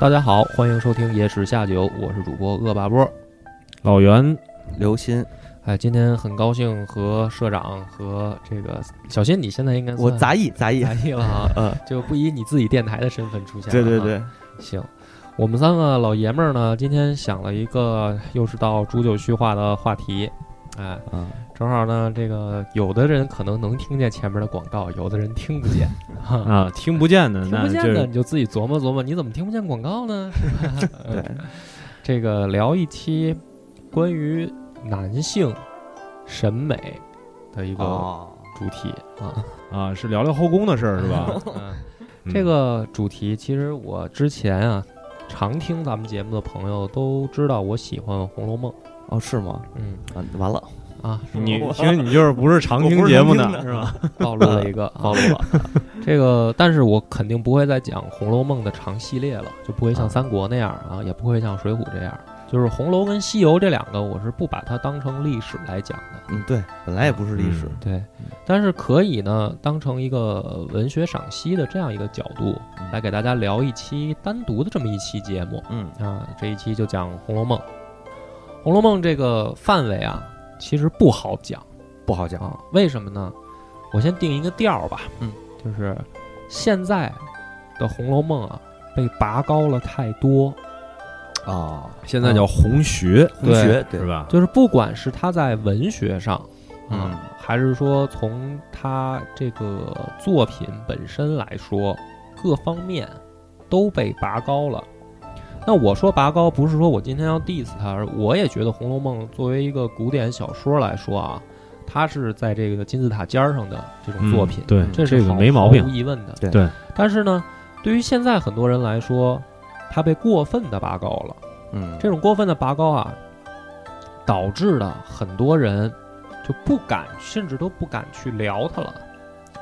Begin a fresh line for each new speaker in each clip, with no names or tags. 大家好，欢迎收听《野史下酒》，我是主播恶霸波。
老袁，
刘鑫，
哎，今天很高兴和社长和这个小新，你现在应该
我杂
役
役杂役
杂，役了啊，
嗯，
就不以你自己电台的身份出现。
对对，对，
行。我们三个老爷们儿呢，今天想了一个又是到煮酒叙话的话题，哎，
嗯，
正好呢，这个有的人可能能听见前面的广告，有的人听不见，哈
啊，听不见的，
听不
那
见
这
的你就自己琢磨琢磨，你怎么听不见广告呢？是吧？
对，
这个聊一期关于男性审美的一个
哦，
主题啊。
啊，是聊聊后宫的事儿 是吧？
嗯，
嗯
这个主题其实我之前啊，常听咱们节目的朋友都知道我喜欢《红楼梦》。
哦，是吗？
嗯
啊，完了，
啊，是
你
我
听，你就是不是常
我
听
不是
节目
常听
呢
的
是吧？
暴露了一 个，暴露了。这个，但是我肯定不会再讲《红楼梦》的长系列了，就不会像
啊
三国那样啊，也不会像水浒这样。就是《红楼》跟《西游》这两个，我是不把它当成历史来讲的。
嗯，对，本来也不是历史，
嗯
对，但是可以呢，当成一个文学赏析的这样一个角度
嗯
来给大家聊一期单独的这么一期节目
嗯
啊。这一期就讲《红楼梦》，《红楼梦》这个范围啊，其实不好讲。
不好讲，
啊。为什么呢？我先定一个调儿吧，
嗯，
就是现在的《红楼梦》啊，被拔高了太多，
哦，
现在叫红学
同学，
是
对，
吧？
就是不管是它在文学上，
嗯
啊，还是说从它这个作品本身来说，各方面都被拔高了。那我说拔高，不是说我今天要 diss 它，而我也觉得《红楼梦》作为一个古典小说来说啊，它是在这个金字塔尖儿上的这种
嗯
作品，
对
嗯
这是
这个
毫
没毛病
毫无疑问的。
对
对
但是呢，对于现在很多人来说，它被过分的拔高了。
嗯，
这种过分的拔高啊，导致了很多人就不敢，甚至都不敢去聊它了，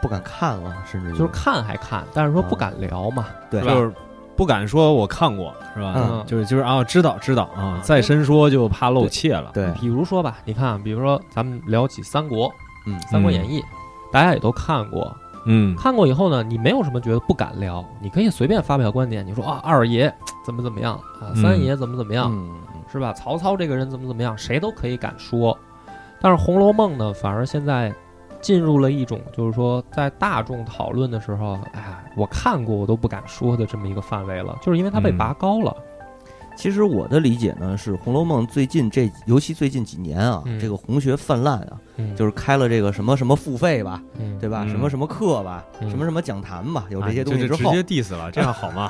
不敢看了，甚至
就是看还看，但是说不敢聊嘛。
对，
吧
就是不敢说我看过是吧
嗯？
就是就是啊，知道知道啊
啊，
再深说就怕露怯了。
对，
比如说吧，你看，啊比如说咱们聊起三国，
嗯
《三国演义》大家也都看过，
嗯，
看过以后呢，你没有什么觉得不敢聊，你可以随便发表观点，你说啊，二爷怎么怎么样啊，
嗯
三爷怎么怎么样，
嗯，嗯
是吧？曹操这个人怎么怎么样，谁都可以敢说。但是《红楼梦》呢，反而现在进入了一种就是说，在大众讨论的时候，哎呀，我看过我都不敢说的这么一个范围了，就是因为它被
嗯
拔高了。
其实我的理解呢是，《红楼梦》最近这，尤其最近几年啊
嗯，
这个红学泛滥啊，
嗯
就是开了这个什么什么付费吧，
嗯
对吧？
嗯
什么什么课吧，
嗯
什么什么讲坛吧，有这些
这
东西
就
之
直
后，
接 diss 了，这样好 吗？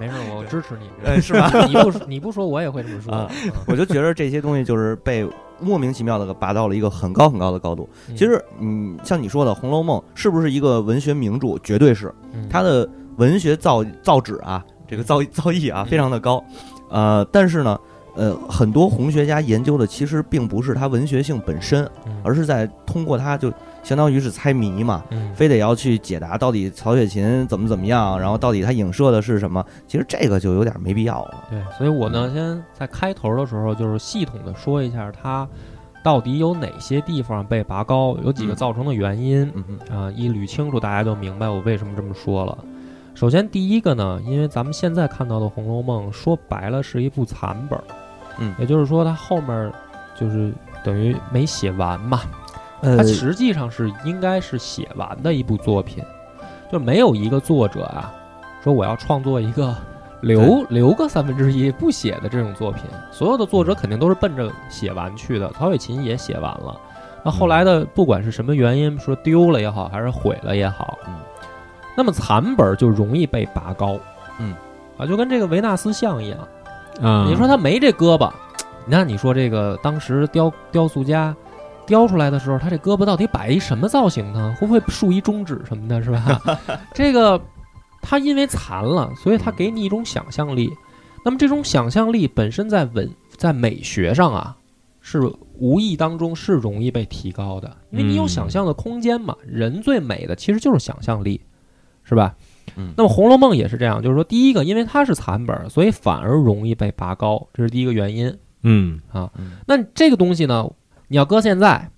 没事，我支 持你，
哎是吧？
你不说你不说，我也会这么说。
啊
嗯
我就觉得这些东西就是被莫名其妙的拔到了一个很高很高的高度。
嗯
其实，嗯，像你说的，《红楼梦》是不是一个文学名著？绝对是，
嗯
它的文学造造纸啊，这个造造诣啊，
嗯
非常的高。呃，但是呢，呃，很多红学家研究的其实并不是它文学性本身，
嗯
而是在通过它就相当于是猜谜嘛，
嗯
非得要去解答到底曹雪芹怎么怎么样，然后到底它影射的是什么。其实这个就有点没必要了。
对，所以我呢，
嗯
先在开头的时候就是系统的说一下它到底有哪些地方被拔高，有几个
嗯
造成的原因。
嗯哼，
啊，一捋清楚，大家就明白我为什么这么说了。首先，第一个呢，因为咱们现在看到的《红楼梦》，说白了是一部残本儿，
嗯
也就是说它后面儿就是等于没写完嘛，它
呃
实际上是应该是写完的一部作品，就没有一个作者啊说我要创作一个留留个三分之一不写的这种作品，所有的作
嗯
者肯定都是奔着写完去的。曹雪芹也写完了，那
嗯
后来的不管是什么原因，说丢了也好，还是毁了也好，
嗯，
那么残本儿就容易被拔高，
嗯，
啊，就跟这个维纳斯像一样，
啊，
你说他没这胳膊，那你说这个当时雕雕塑家雕出来的时候，他这胳膊到底摆一什么造型呢？会不会竖一中指什么的，是吧？这个他因为残了，所以他给你一种想象力。那么这种想象力本身在文在美学上啊，是无意当中是容易被提高的，因为你有
嗯
想象的空间嘛。人最美的其实就是想象力，是吧？
嗯
那么《红楼梦》也是这样，就是说，第一个，因为它是残本儿，所以反而容易被拔高，这是第一个原因。
嗯
嗯
那这个东西呢，你要搁现在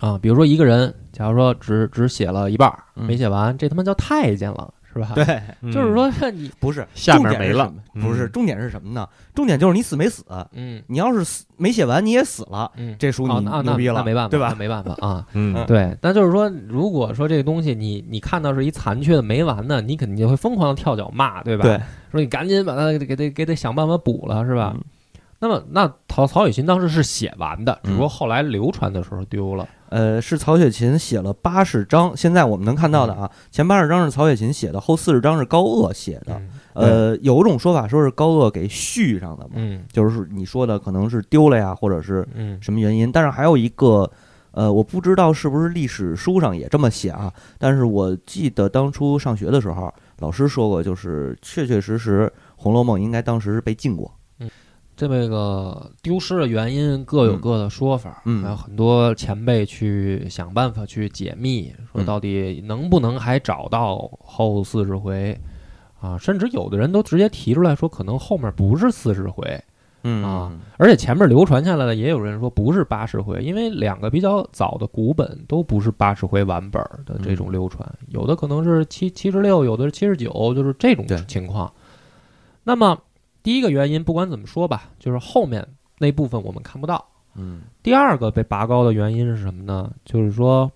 啊，比如说一个人，假如说只只写了一半儿
嗯
没写完，这他妈叫太监了，是是吧？，
呃 对，
就是说你，
不是
下面
重点是
没了
什么不是
嗯
重点是什么呢？重点就是你死没死。
嗯
你要是死没写完，你也死了，
嗯，
这书
哦
你
那
牛
那
逼
那
了，
没办法，
对
那
吧？
没办法啊。
嗯
对，但就是说，如果说这个东西你你看到是一残缺的没完的，你肯定就会疯狂的跳脚骂，对吧？
对，
说你赶紧把它给它给它想办法补了，是吧？
嗯
那么那曹曹雪芹当时是写完的，只不过
嗯
后来流传的时候丢了。
呃，是曹雪芹写了八十章，现在我们能看到的啊，前八十章是曹雪芹写的，后四十章是高鹗写的。
嗯
呃，有一种说法说是高鹗给续上的嘛，
嗯
就是你说的可能是丢了呀，或者是
嗯
什么原因。但是还有一个，呃，我不知道是不是历史书上也这么写啊，但是我记得当初上学的时候，老师说过，就是确确实实《红楼梦》应该当时是被禁过。
这个丢失的原因各有各的说法，
嗯嗯
还有很多前辈去想办法去解密，说
嗯
到底能不能还找到后四十回啊？甚至有的人都直接提出来说，可能后面不是四十回，
嗯
啊，而且前面流传下来的也有人说不是八十回，因为两个比较早的古本都不是八十回完本儿的这种流传，有的可能是七七十六，有的是七十九，就是这种
对
情况。那么第一个原因，不管怎么说吧，就是后面那部分我们看不到。
嗯
第二个被拔高的原因是什么呢？就是说，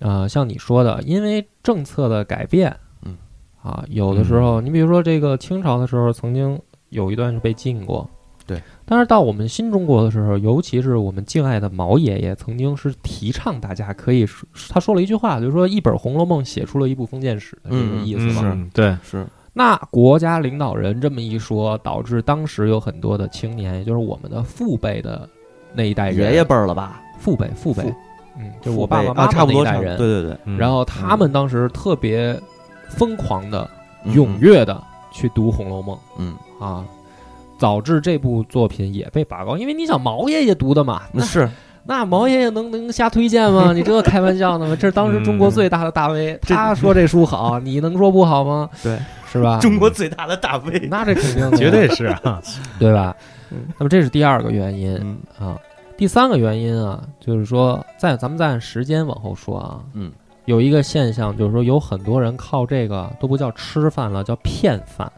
呃，像你说的，因为政策的改变，
嗯，
啊，有的时候，你比如说这个清朝的时候，曾经有一段是被禁过，
对。
但是到我们新中国的时候，尤其是我们敬爱的毛爷爷，曾经是提倡大家可以说，他说了一句话，就是说一本《红楼梦》写出了一部封建史的这个
嗯
意思
嗯
吧。
是对，
是
那国家领导人这么一说，导致当时有很多的青年，也就是我们的父辈的那一代人，
哎爷爷辈儿了吧？
父辈，父辈
父，
嗯，就是我
父辈
爸爸
啊
妈
差
妈
不
那一
多
代
差不多
人。
对对对，
嗯
然后他们当时特别疯狂的、踊跃的去读《红楼梦
嗯，嗯，》
啊，导致这部作品也被拔高。因为你想毛爷爷读的嘛，
嗯那
那
是
那毛爷爷能能瞎推荐吗？你这开玩笑呢吗？这是当时中
嗯
国最大的大 V，他说这书好，你能说不好吗？
对，
是吧？
中国最大的大 V。
那这肯定的
绝对是啊，
对吧
嗯？
那么这是第二个原因。
嗯
啊。第三个原因啊，就是说，在咱们再按时间往后说啊，
嗯，
有一个现象就是说，有很多人靠这个都不叫吃饭了，叫骗 饭，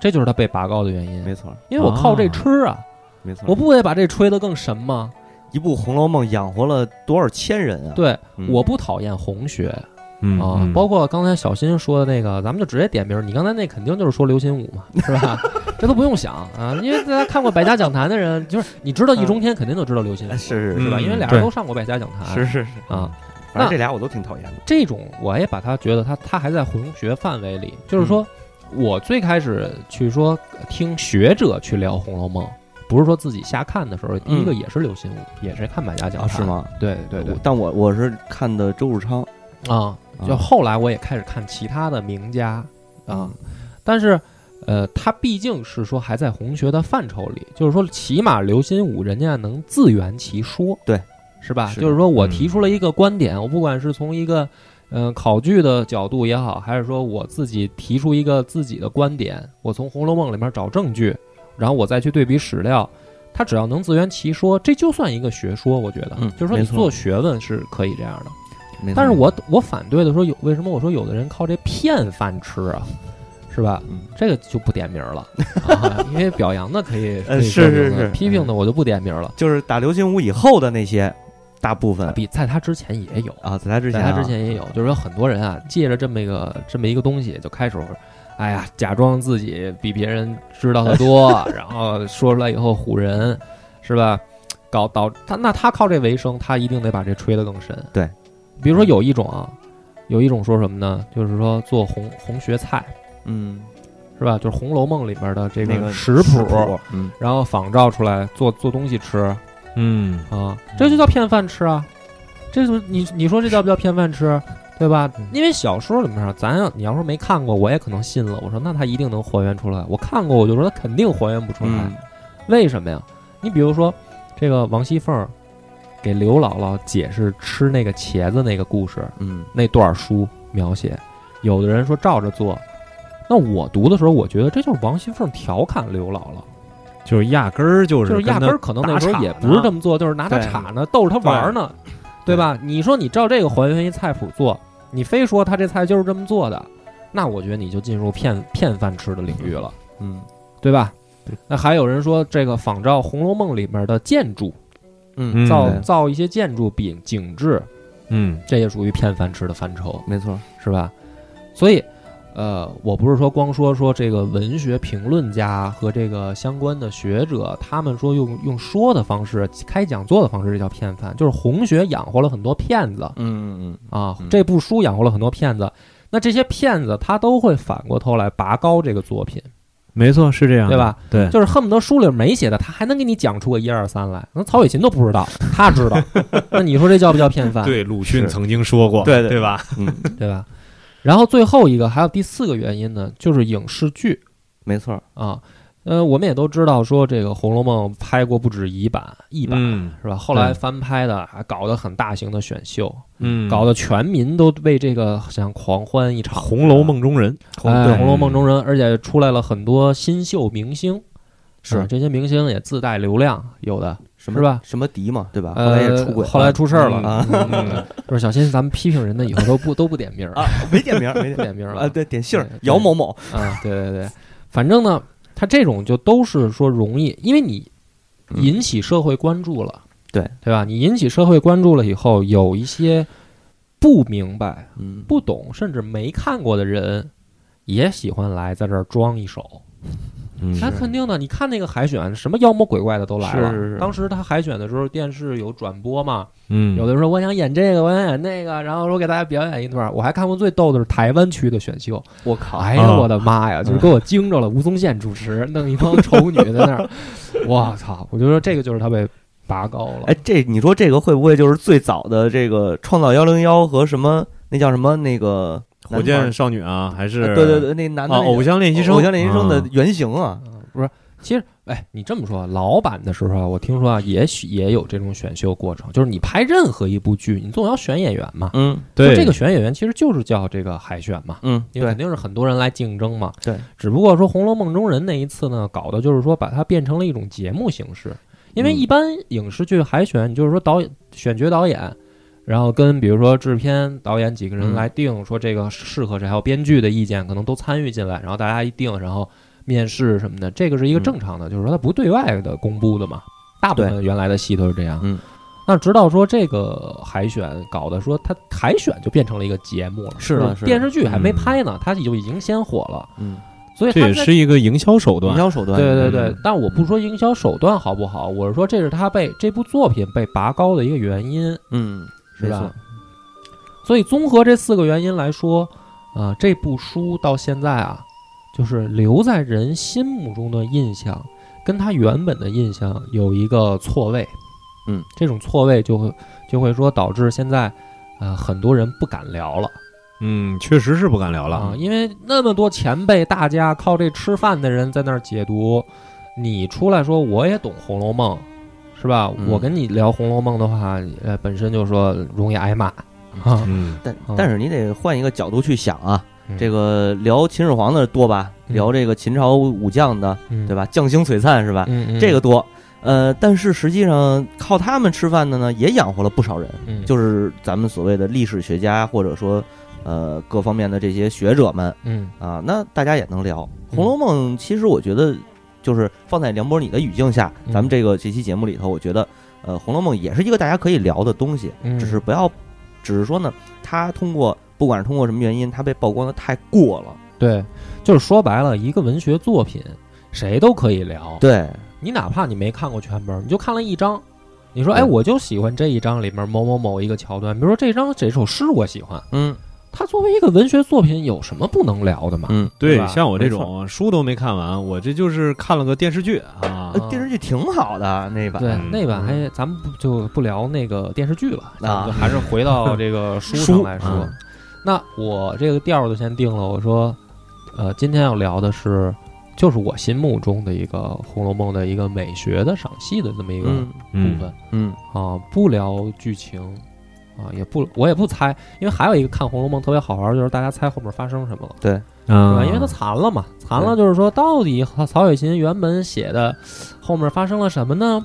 这就是他被拔高的原因。
没错，
因为我靠这
啊
吃啊，
没错，
我不得把这吹得更神吗？
一部《红楼梦》养活了多少千人啊？
对，
嗯，
我不讨厌红学
嗯
啊，
嗯
包括刚才小新说的那个，咱们就直接点名儿，你刚才那肯定就是说刘心 武嘛，是吧？这都不用想啊，因为大家看过《百家讲坛》的人，就是你知道易中天肯定就知道刘心武，
哎是是
是
是
吧？
嗯
因为俩人
对
都上过《百家讲坛》
是是是，
啊。
反
那
正这俩我都挺讨厌的。
这种我也把它觉得它它还在红学范围里，就是说，
嗯
我最开始去说听学者去聊《红楼梦》，不是说自己瞎看的时候，第一个也是刘心武，也是看百家讲
嗯啊，
坛、
是？吗？
对对对
我但我我是看的周汝昌嗯
啊，就后来我也开始看其他的名家
嗯
啊，但是。呃，他毕竟是说还在红学的范畴里，就是说，起码刘心武人家能自圆其说，
对，
是吧？
是的
就是说我
嗯
提出了一个观点，我不管是从一个呃考据的角度也好，还是说我自己提出一个自己的观点，我从《红楼梦》里面找证据，然后我再去对比史料，他只要能自圆其说，这就算一个学说，我觉得，
嗯
就是说你
没错
做学问是可以这样的。
没错
但是我我反对的说有为什么我说有的人靠这骗饭吃啊，是吧？
嗯
这个就不点名 了，啊、因为表扬的可以，可以
呃是
说明
是
的
嗯是
批评的我就不点名了。
就是打流星舞以后的那些，大部分
啊比在他之前也有，
啊，在他之
在
前啊，
他之前也有，就是说很多人啊，借着这么一个这么一个东西，就开始，哎呀，假装自己比别人知道的 多，然后说出来以后唬人，是吧？搞导他那他靠这为生，他一定得把这吹得更深。
对，
比如说有一种啊，有一种说什么呢？就是说做红红学菜，
嗯，
是吧？就是《红楼梦》里边的这
那
个
个
食谱，
谱，嗯，
然后仿照出来做做东西吃
嗯
啊，这就叫骗饭吃啊！这就你你说这叫不叫骗饭吃，对吧
嗯？
因为小说里面，咱要你要说没看过，我也可能信了。我说那他一定能还原出来。我看过，我就说他肯定还原不出来。
嗯
为什么呀？你比如说这个王熙凤儿给刘姥姥解释吃那个茄子那个故事，
嗯
那段书描写，有的人说照着做，那我读的时候，我觉得这就是王熙凤调侃刘姥姥，
就是压根儿就是
就是压根儿可能那时候也不是这
么
么做，就是拿他
对
插呢，逗着他玩呢，对吧？你说你照这个还原一菜谱做，你非说他这菜就是这么做的，那我觉得你就进入骗骗饭吃的领域了，
嗯
对吧？那还有人说，这个仿照《红楼梦》里面的建筑，
嗯，
嗯
造
对
造一些建筑景景致，
嗯
这也属于骗饭吃的范畴，
没错，
是吧？所以，呃，我不是说光说说这个文学评论家和这个相关的学者，他们说用用说的方式、开讲座的方式，这叫骗饭，就是红学养活了很多骗子
嗯嗯
啊
嗯，
这部书养活了很多骗子。那这些骗子他都会反过头来拔高这个作品，
没错，是这样的，
对吧？
嗯对，
就是恨不得书里没写的，他还能给你讲出个一二三来。那曹雪芹都不知道，他知 道，那你说这叫不叫骗饭？
对，鲁
迅
迅
是
曾经说过，
对对
对吧？
嗯嗯，
对吧？然后最后一个还有第四个原因呢，就是影视剧
没错，
啊。呃，我们也都知道说这个《红楼梦》拍过不止一版，一版、
嗯
是吧？后来
对
翻拍的还搞得很大型的选秀，
嗯，
搞得全民都为这个想狂欢一
《
场。
红楼梦》嗯中人，
哎，
对
红楼梦》中人，而且出来了很多新秀明星，啊这些明星也自带流量，有的
嗯什么
是吧？
什么迪嘛，对吧？啊后来也
呃
出轨，，
后来出事儿了，
啊
嗯嗯就是小心咱们批评人的以后都不都不点名儿，
啊，没 点名儿，没
不
点
点名
名
儿
儿
了
啊，对，点姓儿
对
姚某某，
啊，对对对，反正呢，他这种就都是说容易，因为你
嗯
引起社会关注了，
对
对吧？你引起社会关注了以后，有一些不明白、
嗯，
不懂，甚至没看过的人。也喜欢来在这儿装一手，
嗯
那肯定的。你看那个海选，什么妖魔鬼怪的都来了。
是是是
当时他海选的时候，电视有转播嘛，
嗯，
有的人说我想演这个，我想演那个，然后我给大家表演一段儿。我还看过最逗的是台湾区的选秀，
我靠，
哎呀
啊
我的妈呀，就是给我惊着了。吴宗宪主持，弄一帮丑女在那儿，我操！我就说这个就是他被拔高了。
哎，这你说这个会不会就是最早的这个创造幺零幺和什么那叫什么那个
火箭少女啊，还
男孩
是
儿？对对对，那男的
啊，
那个
偶像练习生，
偶像练习生的
嗯
原型啊，
嗯不是，其实哎，你这么说，老版的时候啊，我听说啊，也许也有这种选秀过程，就是你拍任何一部剧，你总要选演员嘛。
嗯
就
对
这个选演员其实就是叫这个海选嘛。
嗯，
因为
对
肯，定是很多人来竞争嘛。
对，
只不过说《红楼梦》中人那一次呢，搞的就是说把它变成了一种节目形式，因为
嗯
一般影视剧海选，你就是说导演选角导演。然后跟比如说制片、导演几个人
嗯
来定，说这个适合谁，还有编剧的意见可能都参与进来，然后大家一定，然后面试什么的，这个是一个
嗯
正常的，就是说它不对外的公布的嘛。大部分原来的戏都是这样。
嗯，
那直到说这个海选搞的，说它海选就变成了一个节目了，
是的
就是
的
电视剧还没拍呢，它就已经先火了，
嗯，
所以
这
它
也
在
是一个营销手
营
段，
销手段，
对对对
嗯。
但我不说营销手段好不好，我是说这是它被这部作品被拔高的一个原因，
嗯，
是
没
吧
错？？
所以综合这四个原因来说，啊、这部书到现在啊，就是留在人心目中的印象，跟他原本的印象有一个错位，
嗯，
这种错位就会就会说导致现在，呃，很多人不敢聊了
嗯，确实是不敢聊
啊
了，，
因为那么多前辈大家靠这吃饭的人在那儿解读，你出来说我也懂《红楼梦》。是吧？
嗯
我跟你聊《红楼梦》的话，呃，本身就说容易挨骂，啊，
嗯，
但
嗯
但是你得换一个角度去想啊，
嗯
这个聊秦始皇的多吧，
嗯
聊这个秦朝武将的
嗯
对吧？将星璀璨是吧？
嗯嗯，
这个多。呃，但是实际上靠他们吃饭的呢，也养活了不少人，
嗯
就是咱们所谓的历史学家，或者说，呃，各方面的这些学者们
嗯
啊，那大家也能聊《
嗯
红楼梦》。其实我觉得，就是放在梁博你的语境下，
嗯
咱们这个这期节目里头，我觉得，呃，《红楼梦》也是一个大家可以聊的东西，
嗯，
只是不要，只是说呢，它通过不管是通过什么原因，它被曝光的太过了。
对，就是说白了，一个文学作品谁都可以聊，
对，
你哪怕你没看过全本，你就看了一章。你说，哎，
对
我就喜欢这一章里面某某某一个桥段，比如说这章这首诗我喜欢，
嗯，
它作为一个文学作品有什么不能聊的嘛？
嗯
对
对
吧，
像我这
没
种书都没看完，我这就是看了个电视剧啊
呃，电视剧挺好的那版，
对，
嗯
那版还咱们不就不聊那个电视剧了，咱们
啊
就还是回到这个书上
书
来说
嗯。
那我这个调儿就先定了，我说，呃，今天要聊的是，就是我心目中的一个《红楼梦》的一个美学的赏析的这么一个
嗯
部
嗯
分、
嗯
啊，不聊剧情啊，也不我也不猜，因为还有一个看《红楼梦》特别好玩儿，就是大家猜后面发生什么了。
嗯
对吧？
啊，
因为他残了嘛，残了就是说，到底曹曹雪芹原本写的后面发生了什么呢？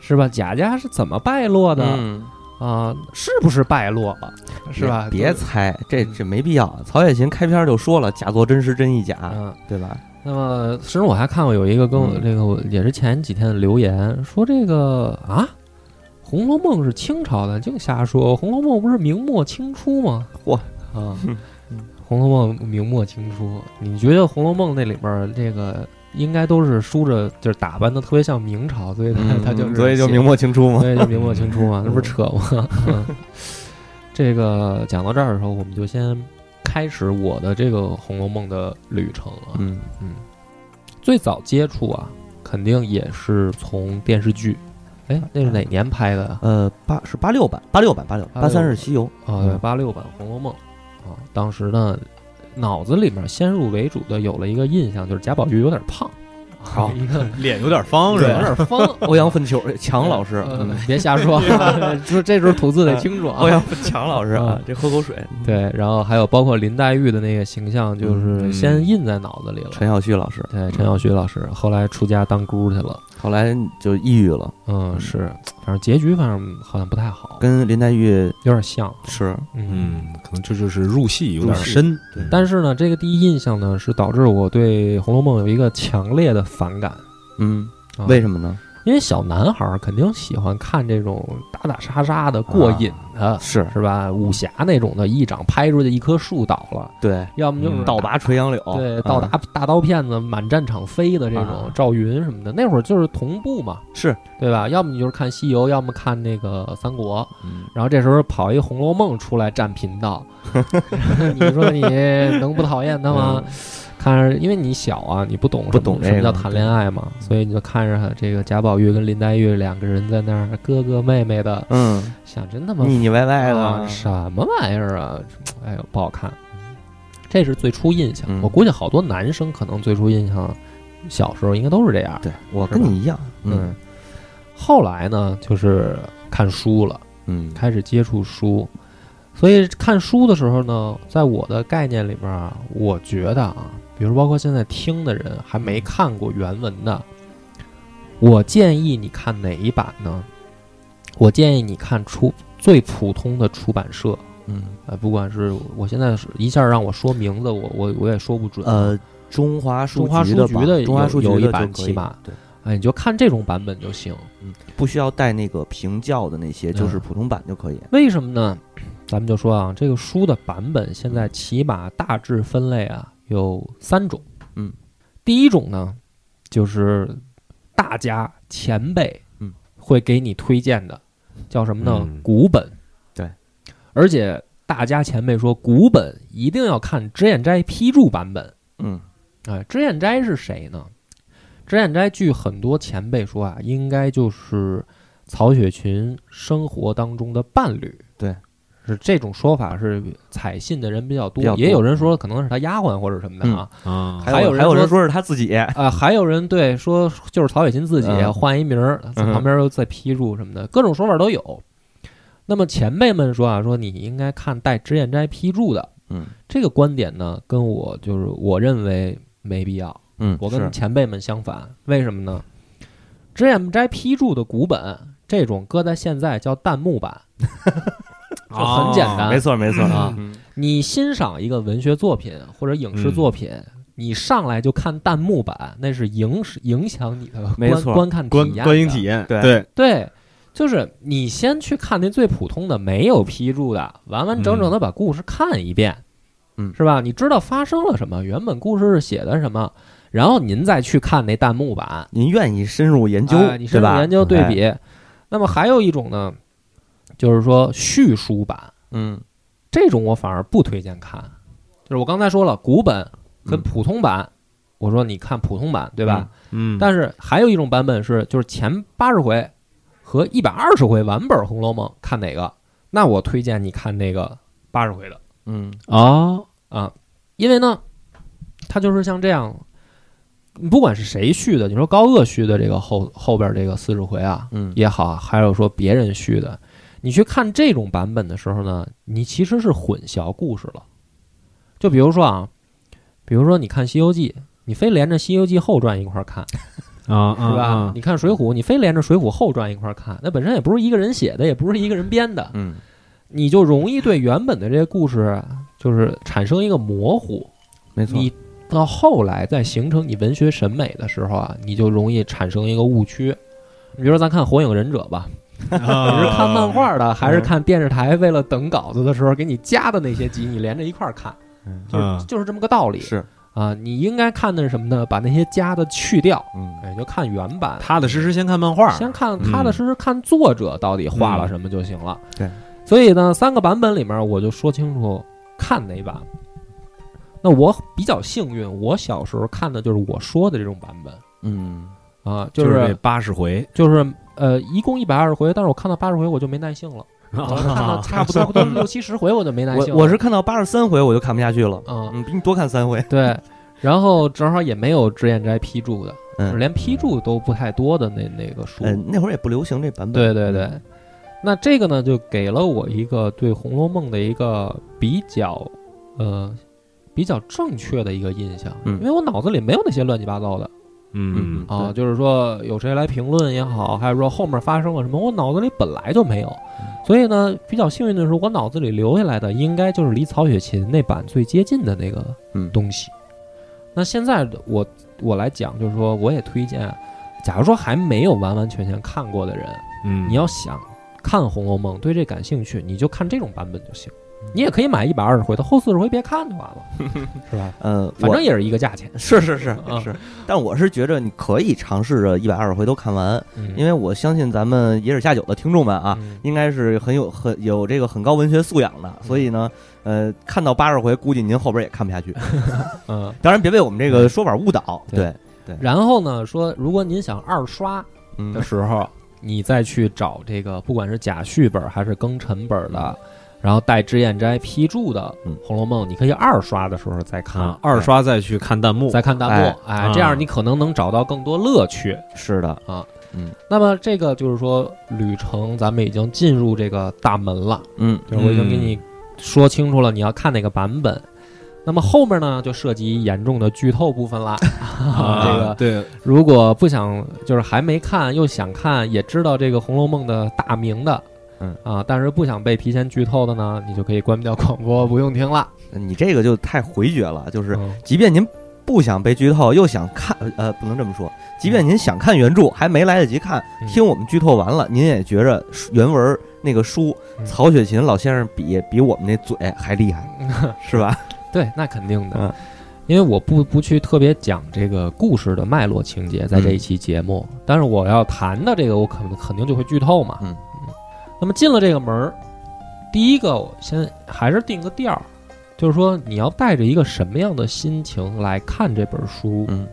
是吧？贾家是怎么败落的、
嗯
啊、是不是败落了，是吧？嗯
别别
都
猜，这这没必要。曹雪芹开篇就说了，假作真实真亦假，
嗯，
对吧？
那么，其实我还看过有一个跟我
嗯
这个我也是前几天的留言，说这个啊，《红楼梦》是清朝的，净瞎说，《红楼梦》不是明末清初吗？
嚯嗯
啊，《红楼梦》明末清初，你觉得《红楼梦》那里边儿这个应该都是梳着就是打扮的特别像明朝，所以他、
嗯
他就是
所以就
写
明末清初嘛。
所以就明末清初 嘛，那不是扯吗？嗯这个讲到这儿的时候，我们就先开始我的这个《红楼梦》的旅程啊。
嗯
最早接触啊，肯定也是从电视剧。哎，
啊
那是哪年拍的啊？
呃，八是八六版，八六版，八六
八六
八三是西 游，
啊，对，八六版《红楼梦》啊。当时呢，脑子里面先入为主的有了一个印象，就是贾宝玉有点胖，
好
一 个
脸有点方是
有
吧？
点方。
欧阳奋球强老师，
呃
嗯
别瞎说， 这这时候吐字得清楚啊。
欧阳奋强老师啊
嗯，
这喝口水。
对，然后还有包括林黛玉的那个形象，就是
嗯
先印在脑子里了。
陈小嗯旭老师
对，陈小旭老师后来出家当姑去了。
后来就抑郁了，
嗯，是，反正结局反正好像不太好，
跟林黛玉
有点像。
是
嗯，
嗯，可能这就是入戏有点
入戏
深，
对
嗯
但是呢，这个第一印象呢，是导致我对《红楼梦》有一个强烈的反感。
嗯
啊，
为什么呢？
因为小男孩儿肯定喜欢看这种打打杀杀的、过瘾的，
是
是吧？武侠那种的，一掌拍出去，一棵树倒了，
对，
要么就是
嗯
倒
拔。
拔垂杨柳，
对，
嗯
倒打大刀片子满战场飞的这种
啊
赵云什么的，那会儿就是同步嘛，
是
对吧？要么你就是看《西游》，要么看那个《三国》，
嗯
然后这时候跑一《红楼梦》出来占频 道，你说你能不讨厌他吗？看着，因为你小啊，你不懂
嗯不懂
什么
这个
叫谈恋爱嘛，所以你就看着这个贾宝玉跟林黛玉两个人在那儿哥哥妹妹的，
嗯，
想真他妈
腻腻歪歪
啊
的，
什么玩意儿啊？哎呦，不好看。这是最初印象，
嗯
我估计好多男生可能最初印象，小时候应该都是这样。
对我
是
跟
吧
你一样，嗯
后来呢，就是看书了，
嗯
开始接触书，所以看书的时候呢，在我的概念里边啊，我觉得啊，比如包括现在听的人还没看过原文的，我建议你看哪一版呢？我建议你看出最普通的出版社，
嗯，
呃，不管是我现在是一下让我说名字，我我我也说不准。，
呃，中华书
嗯中华
局
书
的
局
版
的
中华
有
书局
有一
的就
版
可
起
以
码
对，
哎，你就看这种版本就行。
不需要带那个评教的那些，
嗯
就是普通版就可以，
为什么呢？咱们就说啊，这个书的版本现在起码大致分类啊有三种。
嗯，
第一种呢，就是大家前辈
嗯
会给你推荐的，叫什么呢？
嗯
古本。
对，
而且大家前辈说古本一定要看脂砚斋批注版本。
嗯
哎，脂砚斋是谁呢？脂砚斋据很多前辈说啊，应该就是曹雪芹生活当中的伴侣。
对，
是这种说法是采信的人比较多，
比较多嗯
也有人说可能是他丫鬟或者什么的啊。
啊，
还有
有
人
还有人
说
说是他自己，
啊、还有人对说就是曹雪芹自己
嗯
换一名儿，在旁边又再批注什么的，各种说法都有。那么前辈们说啊，说你应该看带脂砚斋批注的
嗯
这个观点呢，跟我就是我认为没必要。
嗯，
我
是
跟前辈们相反，为什么呢？脂砚斋批注的古本这种搁在现在叫弹幕版，就很简单。
没错没错
啊
嗯
你欣赏一个文学作品或者影
嗯
视作品，你上来就看弹幕版，那是影影响你的
没
观
错
观看体
观
验的
观影体验，
对
对，
对，就是你先去看那最普通的没有批注的，完完
嗯
整整的把故事看一遍，
嗯
是吧？你知道发生了什么，原本故事是写的什么，然后您再去看那弹幕版，
您愿意深入研究
哎，你深
对
入
吧
研究对，
哎
比。那么还有一种呢，就是说叙述版，
嗯
这种我反而不推荐看。就是我刚才说了，古本跟
嗯
普通版，我说你看普通版对吧？
嗯，
但是还有一种版本是，就是前八十回和一百二十回完本《红楼梦》，看哪个？那我推荐你看那个八十回的
嗯
啊啊，因为呢，它就是像这样，你不管是谁续的，你说高鹗续的这个后后边这个四十回啊
嗯
也好，还有说别人续的，你去看这种版本的时候呢，你其实是混淆故事了。就比如说啊，比如说你看《西游记》，你非连着《西游记后传》一块儿看，
啊，
是吧？
啊
你看《水浒》，你非连着《水浒》后传一块儿看，那本身也不是一个人写的，也不是一个人编的，
嗯，
你就容易对原本的这个故事就是产生一个模糊。
没错，
你到后来再形成你文学审美的时候啊，你就容易产生一个误区。你比如说，咱看《火影忍者》吧，你
啊嗯
是看漫画的，还是看电视台为了等稿子的时候给你加的那些集，你连着一块儿看，
嗯
就是、
嗯
就是这么个道理
是，
啊。你应该看的是什么呢？把那些加的去掉，
嗯
哎，就看原版。
踏踏实实先看嗯漫画，
先看踏踏实实看作者到底画了什么就行了。
对，
所以呢，三个版本里面我就说清楚看哪版。那我比较幸运，我小时候看的就是我说的这种版本
嗯，
啊，
就是这八十 回，
就是呃，一共一百二十回，但是我看到八十回我就没耐性了， 我哦看到差不多差不多六七十回我就没耐性了。
我
啊
我是看到八十三回我就看不下去了，
嗯，
嗯，比你多看三回，
对，然后正好也没有脂砚斋批注的，
嗯
就是连批注都不太多的那那个书。
嗯，那会儿也不流行这版本，
对对对，那这个呢，就给了我一个对《红楼梦》的一个比较，呃，比较正确的一个印象，
嗯
因为我脑子里没有那些乱七八糟的
嗯
啊，
对
就是说有谁来评论也好，还是说后面发生了什么，我脑子里本来就没有，
嗯
所以呢，比较幸运的是，我脑子里留下来的应该就是离曹雪芹那版最接近的那个
嗯
东西。那现在的我我来讲，就是说我也推荐，假如说还没有完完全全看过的人。
嗯，
你要想看《红楼梦》，对这感兴趣，你就看这种版本就行。
嗯
你也可以买一百二十回，它后四十回别看就完 了，是吧？
呃，
反
我
正也是一个价钱。
是是是
嗯
是，但我是觉着你可以尝试着一百二十回都看完，因
为
为我相信咱们野史下酒的听众们啊，
嗯
应该是很有很有这个很高文学素养的，所以呢，呃，看到八十回，估计您后边也看不下去。
嗯，
当然，别被我们这个说法误导。
对
对，
然后呢，说如果您想二刷
嗯
的时候，你再去找这个，不管是贾续本还是庚辰本的，然后带脂砚斋批注的
嗯
《红楼梦》，你可以二刷的时候再看，
啊，二刷再去看弹幕，
再看弹幕，哎
啊，
这样你可能能找到更多乐趣。
是的，
那么这个就是说，旅程咱们已经进入这个大门了，
嗯
就是我已经给你说清楚了，你要看哪个版本。那么后面呢，就涉及严重的剧透部分啦。
啊
这个
对，
如果不想，就是还没看又想看，也知道这个《红楼梦》的大名的，
嗯
啊，但是不想被提前剧透的呢，你就可以关掉广播，不用听了。
你这个就太回绝了，就是
嗯
即便您不想被剧透，又想看，呃，不能这么说，即便您想看原著，还没来得及看，
嗯
听我们剧透完了，您也觉着书原文那个书，
嗯
曹雪芹老先生比比我们那嘴还 厉害，是吧？
对，那肯定的，
嗯
因为我不不去特别讲这个故事的脉络情节，
嗯
在这一期节目，但是我要谈的这个，我肯肯定就会剧透嘛。
嗯
那么进了这个门儿，第一个我先还是定个调儿，就是说你要带着一个什么样的心情来看这本书，
嗯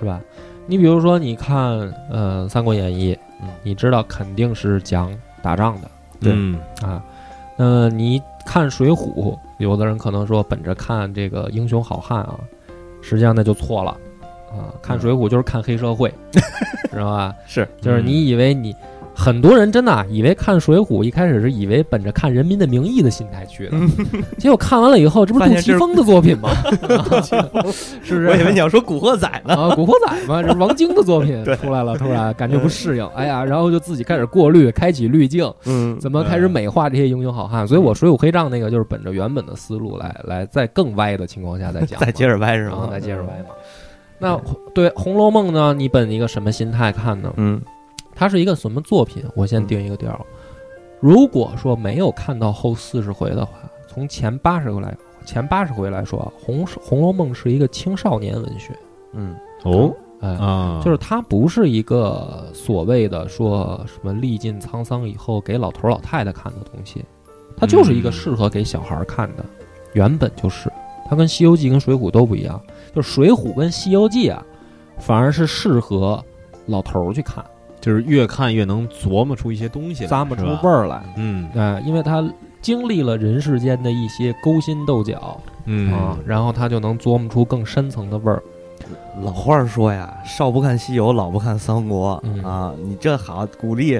是吧？你比如说，你看，呃，《三国演义》
嗯，
你知道肯定是讲打仗的。
对
嗯
啊，那你看《水浒》，有的人可能说本着看这个英雄好汉啊，实际上那就错了啊。
嗯
看《水浒》就是看黑社 会，知道吧？
是，
就是
嗯
嗯
你以为你很多人真的、啊、以为看《水浒》一开始是以为本着看《人民的名义》的心态去的，结果看完了以后，这不是
嗯
杜
发现
琪
这是
峰的作 品吗？ 是不是？
我以为你要说《古惑仔》呢。
啊，《古惑仔》嘛，这王晶的作品出来了，突然感觉不适应，哎呀，然后就自己开始过滤，开启滤镜，
嗯
怎么开始美化这些英雄好汉？所以我《水浒黑账》那个就是本着原本的思路来来，在更歪的情况下再讲嘛，
再接着嗯歪是
然后
吗？
再接着歪嘛。 那对《红楼梦》呢？你本一个什么心态看呢？
嗯
它是一个什么作品？我先定一个调儿。如果说没有看到后四十回的话，从前八十回来，前八十回来说，《红红楼梦》是一个青少年文学，
嗯
哦
哎，
啊，
就是它不是一个所谓的说什么历尽沧桑以后给老头儿老太太看的东西，它就是一个适合给小孩儿看的，原本就是。它跟《西游记》跟《水浒》都不一样，就是《水浒》跟《西游记》啊，反而是适合老头儿去看，
就是越看越能琢磨出一些东西来，
咂摸
是
出
吧
味儿来。
嗯
哎，因为他经历了人世间的一些勾心斗角啊
嗯，
然后他就能琢磨出更深层的味儿。
老话儿说呀，少不看西游，老不看三国、
嗯
啊。你这好，鼓励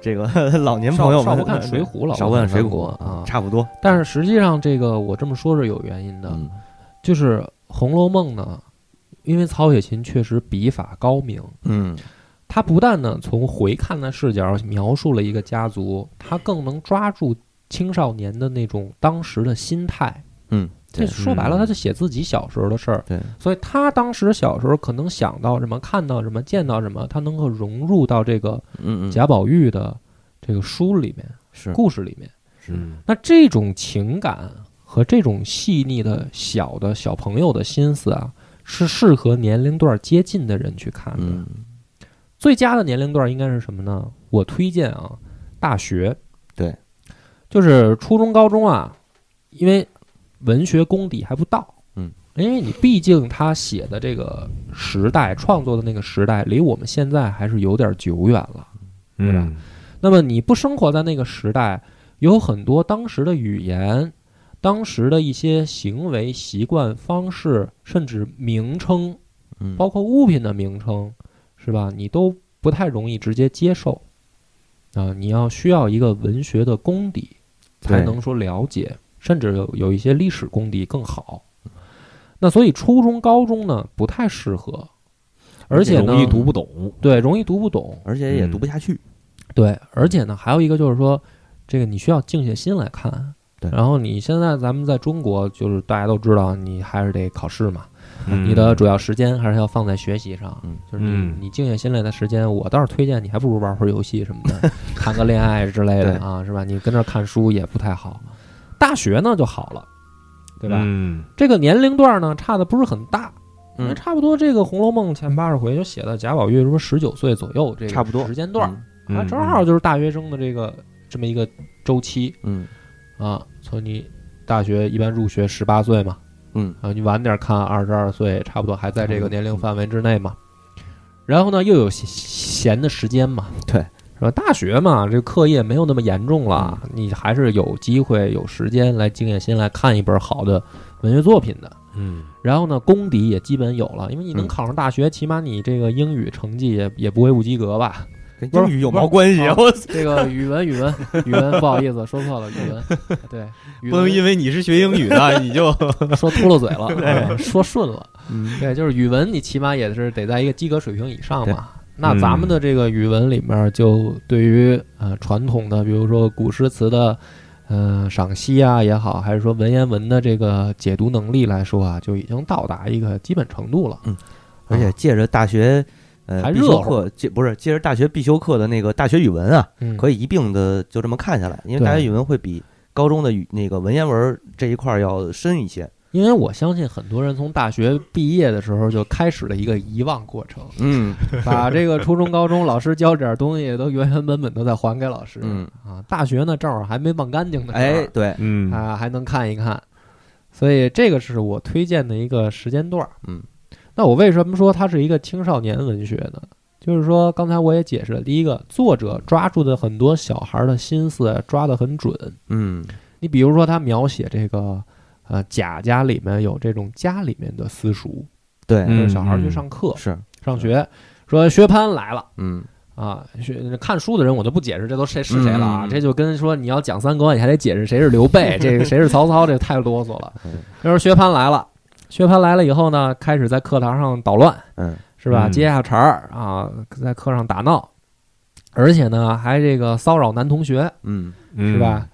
这个 老年朋友们呃
少少
嗯
不看水浒老
少
不
不
看
看水
三
浒
国啊
差不多。
但是实际上，这个我这么说是有原因的，
嗯
就是《红楼梦》呢，因为曹雪芹确实笔法高明，
嗯
他不但呢从回看的视角描述了一个家族，他更能抓住青少年的那种当时的心态。
嗯，
这
对
说白了，
嗯
他就写自己小时候的事儿，
对，
所以他当时小时候可能想到什么、看到什么、见到什么，他能够融入到这个
嗯嗯，
贾宝玉的这个书里面、
是
故事里面。
嗯
那这种情感和这种细腻的小的小朋友的心思啊，是适合年龄段接近的人去看的。
嗯
最佳的年龄段应该是什么呢？我推荐啊，大学。
对，
就是初中、高中啊，因为文学功底还不到，
嗯，
因为你毕竟他写的这个时代，创作的那个时代，离我们现在还是有点久远了。
嗯
那么你不生活在那个时代，有很多当时的语言、当时的一些行为、习惯、方式，甚至名称，
嗯，
包括物品的名称，是吧？你都不太容易直接接受啊、你要需要一个文学的功底，才
对
能说了解，甚至有有一些历史功底更好。
嗯
那所以初中、高中呢不太适合，而且呢
容易读不懂，
对容易读不懂，
而且也
嗯
读不下去，嗯
对，而且呢，还有一个就是说，这个你需要静下心来看。
对
然后你现在咱们在中国，就是大家都知道，你还是得考试嘛，
嗯
你的主要时间还是要放在学习上。
嗯
就是你、
嗯
你静下心来的时间，我倒是推荐你还不如玩会儿游戏什么的，谈个恋爱之类的
对
啊，是吧？你跟这儿看书也不太好。大学呢就好了，对吧？
嗯
这个年龄段呢差的不是很大，因为
嗯，
差不多这个《红楼梦》前八十回就写到贾宝玉什么十九岁左右这个
差不多
时间段儿。啊，
嗯
正好就是大学生的这个这么一个周期
嗯，
啊。从你大学一般入学十八岁嘛，
嗯
啊，你晚点看二十二岁，差不多还在这个年龄范围之内嘛。然后呢，又有闲闲的时间嘛，
对，
是吧？大学嘛，这课业没有那么严重了，
嗯
你还是有机会有时间来静下心来看一本好的文学作品的。
嗯
然后呢，功底也基本有了，因为你能
嗯
考上大学，起码你这个英语成绩也也不会不及格吧？
跟
不是
英语有毛关系？
啊
不
我
这个语文，语文，语文，不好意思，说错了，语文，对，语
不能因
文
为你是学英语 的你就
说秃噜嘴了，啊说顺了，
嗯
对，就是语文，你起码也是得在一个及格水平以上嘛。那咱们的这个语文里面，就对于呃传统的，比如说古诗词的，呃赏析啊也好，还是说文言文的这个解读能力来说啊，就已经到达一个基本程度了。
嗯，而且借着大学呃
还
必
热
修
乎
课，借不是借着大学必修课的那个大学语文啊，
嗯，
可以一并的就这么看下来，因为
对
大学语文会比高中的语那个文言文这一块儿要深一些。
因为我相信很多人从大学毕业的时候就开始了一个遗忘过程。
嗯
把这个初中、高中老师教这点东西都原原本本都再还给老师。
嗯，
啊，大学呢正好还没忘干净呢，
哎，对，
嗯
啊还能看一看，所以这个是我推荐的一个时间段。
嗯，
那我为什么说它是一个青少年文学呢？就是说，刚才我也解释了，第一个，作者抓住的很多小孩的心思抓得很准。
嗯
你比如说，他描写这个，呃，贾家里面有这种家里面的私塾，
对
嗯
就是小孩去上课、
是
上学，说薛蟠来了。
嗯
啊，学看书的人我就不解释这都谁是谁了啊，
嗯
这就跟说你要讲三国，你还得解释谁是刘备，这个谁是曹操，这太啰嗦了
嗯。
就是薛蟠来了，薛蟠来了以后呢，开始在课堂上捣乱，
嗯
是吧？
嗯
接下茬儿啊，在课上打闹，而且呢还这个骚扰男同学，
嗯
是吧？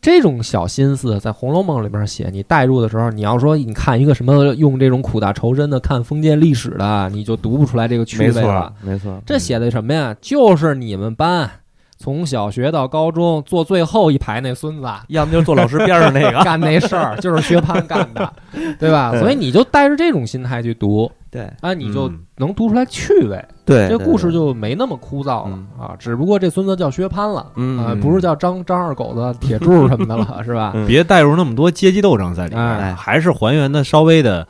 这种小心思在《红楼梦》里边写，你带入的时候，你要说你看一个什么用这种苦大仇深的看封建历史的，你就读不出来这个趣
没
味了
错。没错，
这写的什么呀？就是你们班从小学到高中坐最后一排那孙子
要么就是坐老师边上那个，
干那事儿，就是薛蟠干的， 对吧？
对
所以你就带着这种心态去读，
对
啊，你就
嗯
能读出来趣味，
对，
这
对
故事
对
就没那么枯燥了
嗯
啊。只不过这孙子叫薛蟠了，
嗯
啊，
嗯
不是叫张张二狗子、铁柱什么的了，是吧？
嗯
别带入那么多阶级斗争在里
哎
面，还是还原的稍微的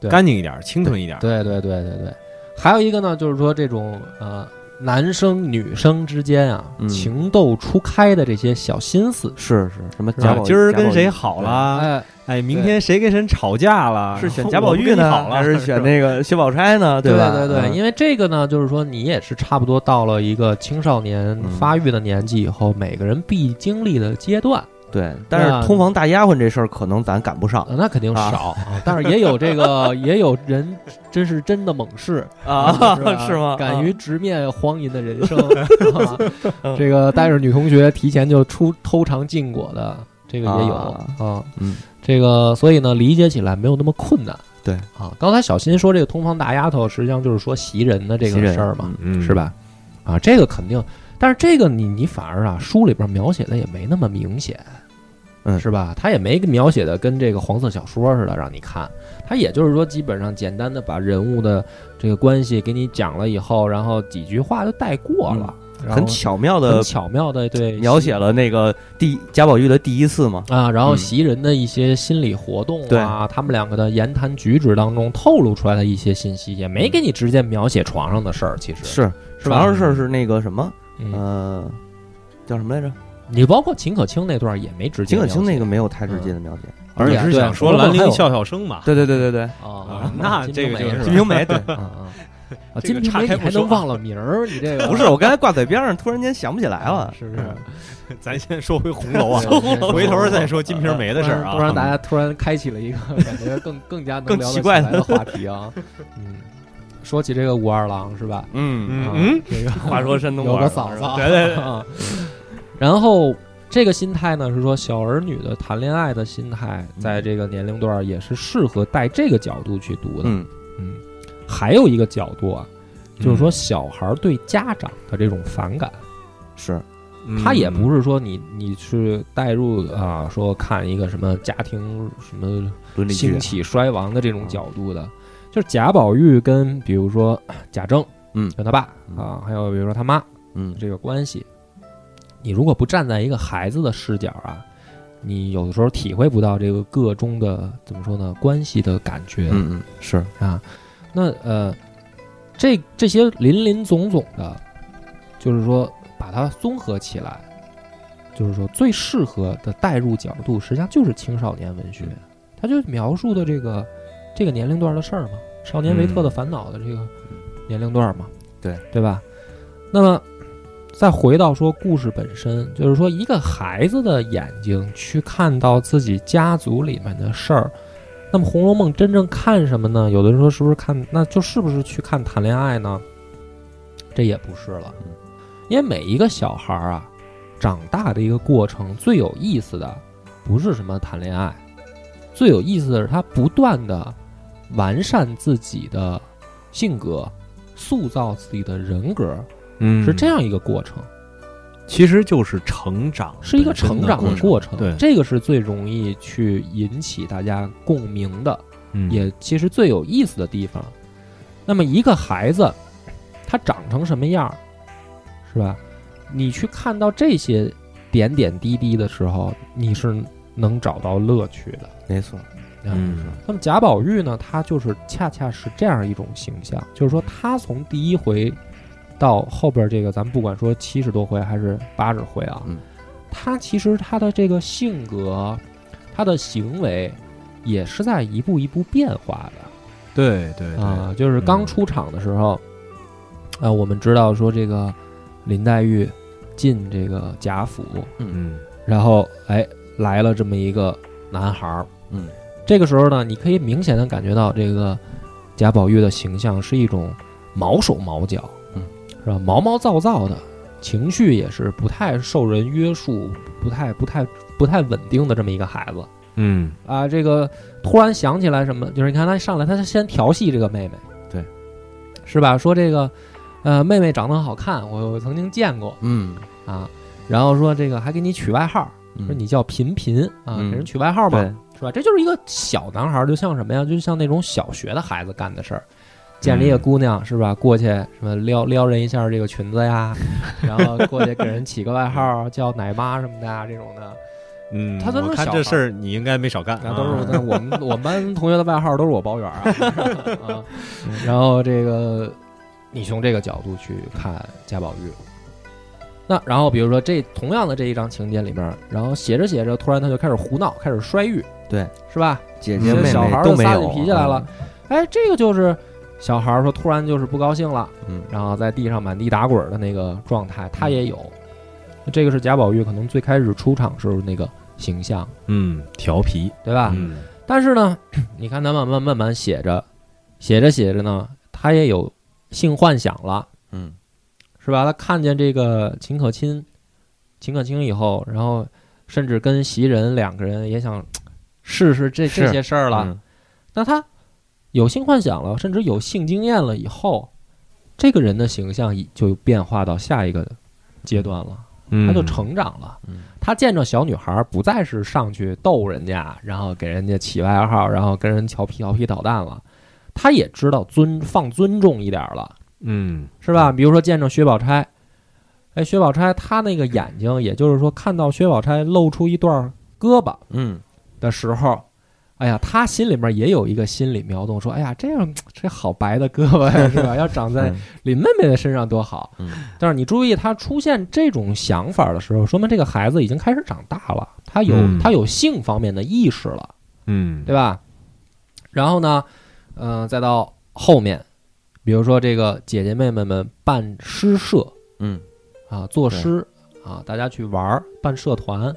对
干净一点、清纯一
啊
点。
对对对对对，还有一个呢，就是说这种呃男生女生之间啊
嗯
情窦初开的这些小心思，
是是什么
是吧
贾
啊
宝玉
今儿
贾宝
跟
玉
谁好
啊
了？
哎，
哎，明天谁跟谁吵架了？
是选
我
贾宝
不
玉
跟你
呢，
好了
还 是选那个薛宝钗呢？
对
吧？嗯
对对，因为这个呢，就是说你也是差不多到了一个青少年
嗯
发育的年纪以后，每个人必经历的阶段。
嗯对，但
那
是通房大丫鬟这事儿可能咱赶不 上
呃那肯定
啊
少，啊但是也有这 个，也有人真是真的猛士啊吧
啊是吗？
敢于直面荒淫的人 生，啊这个带着女同学提前就出偷尝禁果的，这个也有
啊
啊
嗯，
这个所以呢，理解起来没有那么困难。
对
啊，刚才小新说这个通房大丫头，实际上就是说袭人的这
袭
个
人
事儿嘛，
嗯，
是？吧？啊，这个肯定，但是这个你你反而啊，书里边描写的也没那么明显，
嗯
是吧？他也没描写的跟这个黄色小说似的让你看，他也就是说基本上简单的把人物的这个关系给你讲了以后，然后几句话就带过了，然后
嗯很巧妙
很
的
巧妙的对
描写了那个第贾宝玉的第一次嘛，
啊，然后
嗯
袭人的一些心理活动啊，他们两个的言谈举止当中透露出来的一些信息，也没给你直接描写床上的事儿，其实
是
是
主
吧？
要是是那个什么
嗯，
呃叫什么来着？
你包括秦可卿那段也没直接
秦
描
可
写，嗯
卿那个没有太直接的描写，
而且是想说兰陵笑笑生 嘛，
对对对对 对，
啊，
那
金
这个
瓶梅
就
吧
是
金瓶梅对。
啊啊 啊，
这
金
个
瓶
岔
梅你
开不
还
说
能
啊
忘了名儿？你这个
不是，我刚才挂嘴边上，突然间想不起来了。
是不是？
咱先说回红楼啊
对对，对
回头再说金瓶梅的事儿
突然突然
啊。
大家突然开启了 一个感觉更更加能
更
聊得
奇怪
起来
的
的话题 啊。嗯，说起这个武二郎是吧？
嗯，
啊
嗯，
这个
话说山东
有
话
个嫂子啊，
对对对
啊然后这个心态呢，是说小儿女的谈恋爱的心态，在这个年龄段儿也是适合带这个角度去读的。
嗯
嗯，还有一个角度啊， 就是说小孩儿对家长的这种反感，
是
嗯
他也不是说你你去带入啊，说看一个什么家庭什么
伦理剧啊
兴，起衰亡的这种角度的，就是贾宝玉跟比如说贾政，
嗯
跟他爸
嗯
啊，还有比如说他妈
嗯
这个关系，你如果不站在一个孩子的视角啊，你有的时候体会不到这个个中的怎么说呢关系的感觉。
嗯嗯是
啊，那呃，这这些林林总总的，就是说把它综合起来，就是说最适合的代入角度，实际上就是青少年文学，它就描述的这个这个年龄段的事儿嘛，少年维特的烦恼的这个年龄段嘛，
对
对吧？那么。再回到说故事本身，就是说一个孩子的眼睛去看到自己家族里面的事儿，那么《红楼梦》真正看什么呢？有的人说是不是看，那就是不是去看谈恋爱呢？这也不是了
嗯，
因为每一个小孩儿啊，长大的一个过程最有意思的不是什么谈恋爱，最有意思的是他不断的完善自己的性格，塑造自己的人格，
嗯
是这，样一个过程。
其实就是成长，
是一个成长的过程，
对
这个是最容易去引起大家共鸣的，
嗯
也其实最有意思的地方。那么一个孩子，他长成什么样，儿，是吧？你去看到这些点点滴滴的时候，你是能找到乐趣的。啊
没错，
嗯
那么贾宝玉呢，他就是恰恰是这样一种形象，就是说他从第一回到后边这个，咱们不管说七十多回还是八十回啊，
嗯
他其实他的这个性格，他的行为也是在一步一步变化的
对对对
啊、就是刚出场的时候，啊、我们知道说这个林黛玉进这个贾府，
嗯
然后哎来了这么一个男孩儿，
嗯，
这个时候呢，你可以明显的感觉到这个贾宝玉的形象是一种毛手毛脚，
嗯，
是吧？毛毛躁躁的情绪也是不太受人约束，不太不太不太稳定的这么一个孩子
嗯
啊。这个突然想起来什么，就是你看他上来，他先调戏这个妹妹，
对，
是吧？说这个呃妹妹长得很好看，我我曾经见过
嗯，
啊，然后说这个还给你取外号。说你叫频频啊，
嗯
给人取外号嘛，
对
是吧？这就是一个小男孩儿，就像什么呀？就像那种小学的孩子干的事儿。见了
嗯
一个姑娘，是吧？过去什么撩撩人一下这个裙子 呀，然后过去给人起个外号叫奶妈什么的啊，这种的，
嗯，
他都是
我看
小
这
孩
事儿你应该没少干
那
啊，
都是那我 们我们班同学的外号都是我包圆儿啊啊。然后这个你从这个角度去看贾宝玉，那然后比如说这同样的这一章情节里面，然后写着写着，突然他就开始胡闹，开始摔玉，
对，
是吧？
姐
这
姐妹
小孩
妹
儿
都
都
没
撒
有啊嗯
起脾气来了，哎，这个就是小孩儿说突然就是不高兴了，
嗯
然后在地上满地打滚儿的那个状态，他也有。这个是贾宝玉可能最开始出场时候那个形象，
嗯，调皮，
对吧？
嗯
但是呢， 你看他慢慢慢慢写着，写着写着呢，他也有性幻想了，
嗯
是吧？他看见这个秦可卿，秦可卿以后，然后甚至跟袭人两个人也想试试这
是
这些事儿了。
嗯
那他有性幻想了，甚至有性经验了以后，这个人的形象已就变化到下一个阶段了。
嗯，
他就成长了。
嗯
他见着小女孩儿不再是上去逗人家，然后给人家起外号，然后跟人调皮调皮捣蛋了。他也知道尊放尊重一点儿了，
嗯
是吧？比如说见着薛宝钗，哎，薛宝钗她那个眼睛，也就是说看到薛宝钗露出一段胳膊
嗯
的时候。哎呀，他心里面也有一个心理苗动，说：“哎呀，这样这好白的胳膊呀，是吧？要长在
嗯
林妹妹的身上多好。
嗯
但是你注意，她出现这种想法的时候，说明这个孩子已经开始长大了，他有、
嗯
他有性方面的意识了，
嗯
对吧？然后呢，嗯、再到后面，比如说这个姐姐妹妹们办诗社
嗯，
啊，作诗啊，大家去玩儿，办社团。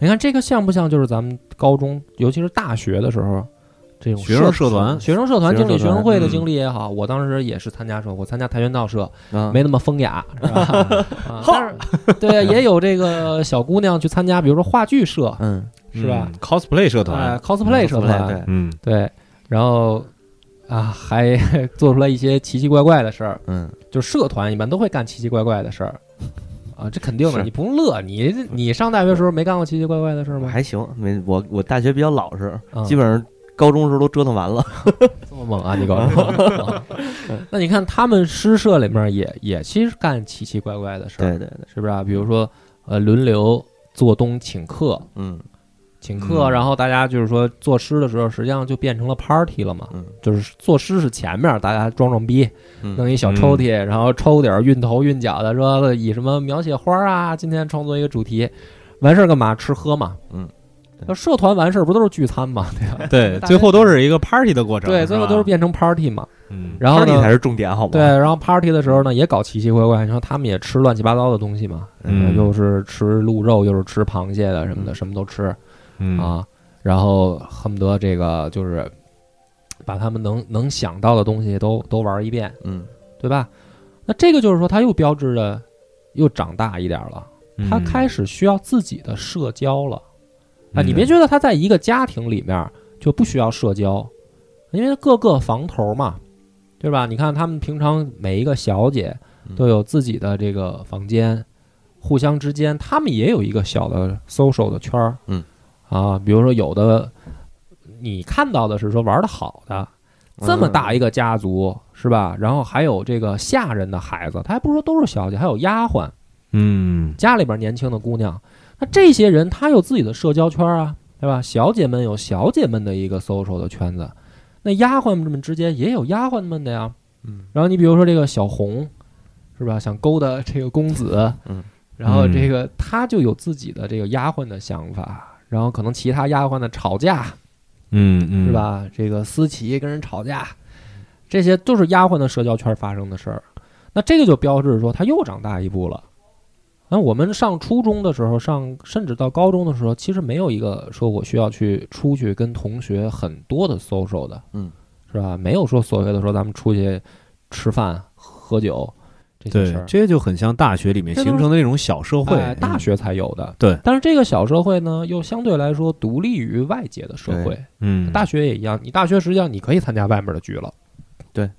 你看这个像不像就是咱们高中，尤其是大学的时候，这种
学生社团
学生社团
学生
经历、
社
学
团
生会的
嗯
经历也好，我当时也是参加社，我参加跆拳道社，
啊
没那么风雅，是 吧？啊、但是对，也有这个小姑娘去参加，比如说话剧社、
嗯
是吧
嗯？cosplay 社
哎
团，
cosplay 社团，
对，
嗯
对然后啊，还 做出来一些奇奇怪怪的事儿，
嗯
就是社团一般都会干奇奇怪怪的事儿。啊，这肯定的，
是
你不用乐，你你上大学的时候没干过奇奇怪怪的事儿吗？
嗯还行，没我我大学比较老实，
啊
基本上高中时候都折腾完了。
这么猛啊，你搞 啊 那你看他们诗社里面也也其实干奇奇怪怪的事儿，
对对对，
是不是啊？比如说呃，轮流做东请客，
嗯
请客，
嗯
然后大家就是说作诗的时候，实际上就变成了 party 了嘛。
嗯
就是作诗是前面大家装装逼，
嗯
弄一小抽屉，然后抽点儿运头运脚的，说哎以什么描写花啊，今天创作一个主题，完事儿干嘛吃喝嘛。
嗯，对
那社团完事儿不都是聚餐嘛，对吧？
对，
大学
最后都是一个 party 的过程，
对，最后都是
吧
变成 party 嘛。
嗯
然后
，party 才
呢，
是重点，好吗？
对，，然后 party 的时候呢，也搞奇奇怪怪，你说他们也吃乱七八糟的东西嘛，
嗯
又是吃鹿肉，又是吃螃蟹的什么的，
嗯
什么都吃。
嗯
啊，然后恨不得这个就是把他们能能想到的东西都都玩一遍，
嗯
对吧？那这个就是说，他又标志着又长大一点了，
嗯
他
嗯
开始需要自己的社交了啊！
嗯
你别觉得他在一个家庭里面就不需要社交，因为各个房头嘛，对吧？你看他们平常每一个小姐
嗯
都有自己的这个房间，互相之间他们也有一个小的 social 的圈儿，
嗯，
啊，比如说有的你看到的是说玩的好的，这
嗯
么大一个家族是吧？然后还有这个下人的孩子，他还不是说都是小姐，还有丫鬟，
嗯
家里边年轻的姑娘，那这些人他有自己的社交圈啊，对吧？小姐们有小姐们的一个 social 的圈子，那丫鬟们之间也有丫鬟们的呀。
嗯，
然后你比如说这个小红，是吧？想勾搭这个公子，
嗯，
然后这个他就有自己的这个丫鬟的想法，然后可能其他丫鬟的吵架，
嗯嗯
是？吧？这个思琪跟人吵架，这些都是丫鬟的社交圈发生的事儿。那这个就标志着说他又长大一步了。那我们上初中的时候，上甚至到高中的时候，其实没有一个说我需要去出去跟同学很多的 social 的，
嗯，
是吧？没有说所谓的说咱们出去吃饭、喝酒这些事
对
儿，，
这就很像大学里面
这都
形成的那种小社会嗯
哎，大学才有的。
对
但是这个小社会呢，又相对来说独立于外界的社
对
会，
嗯，
大学也一样，你大学实际上你可以参加外面的局了，
对，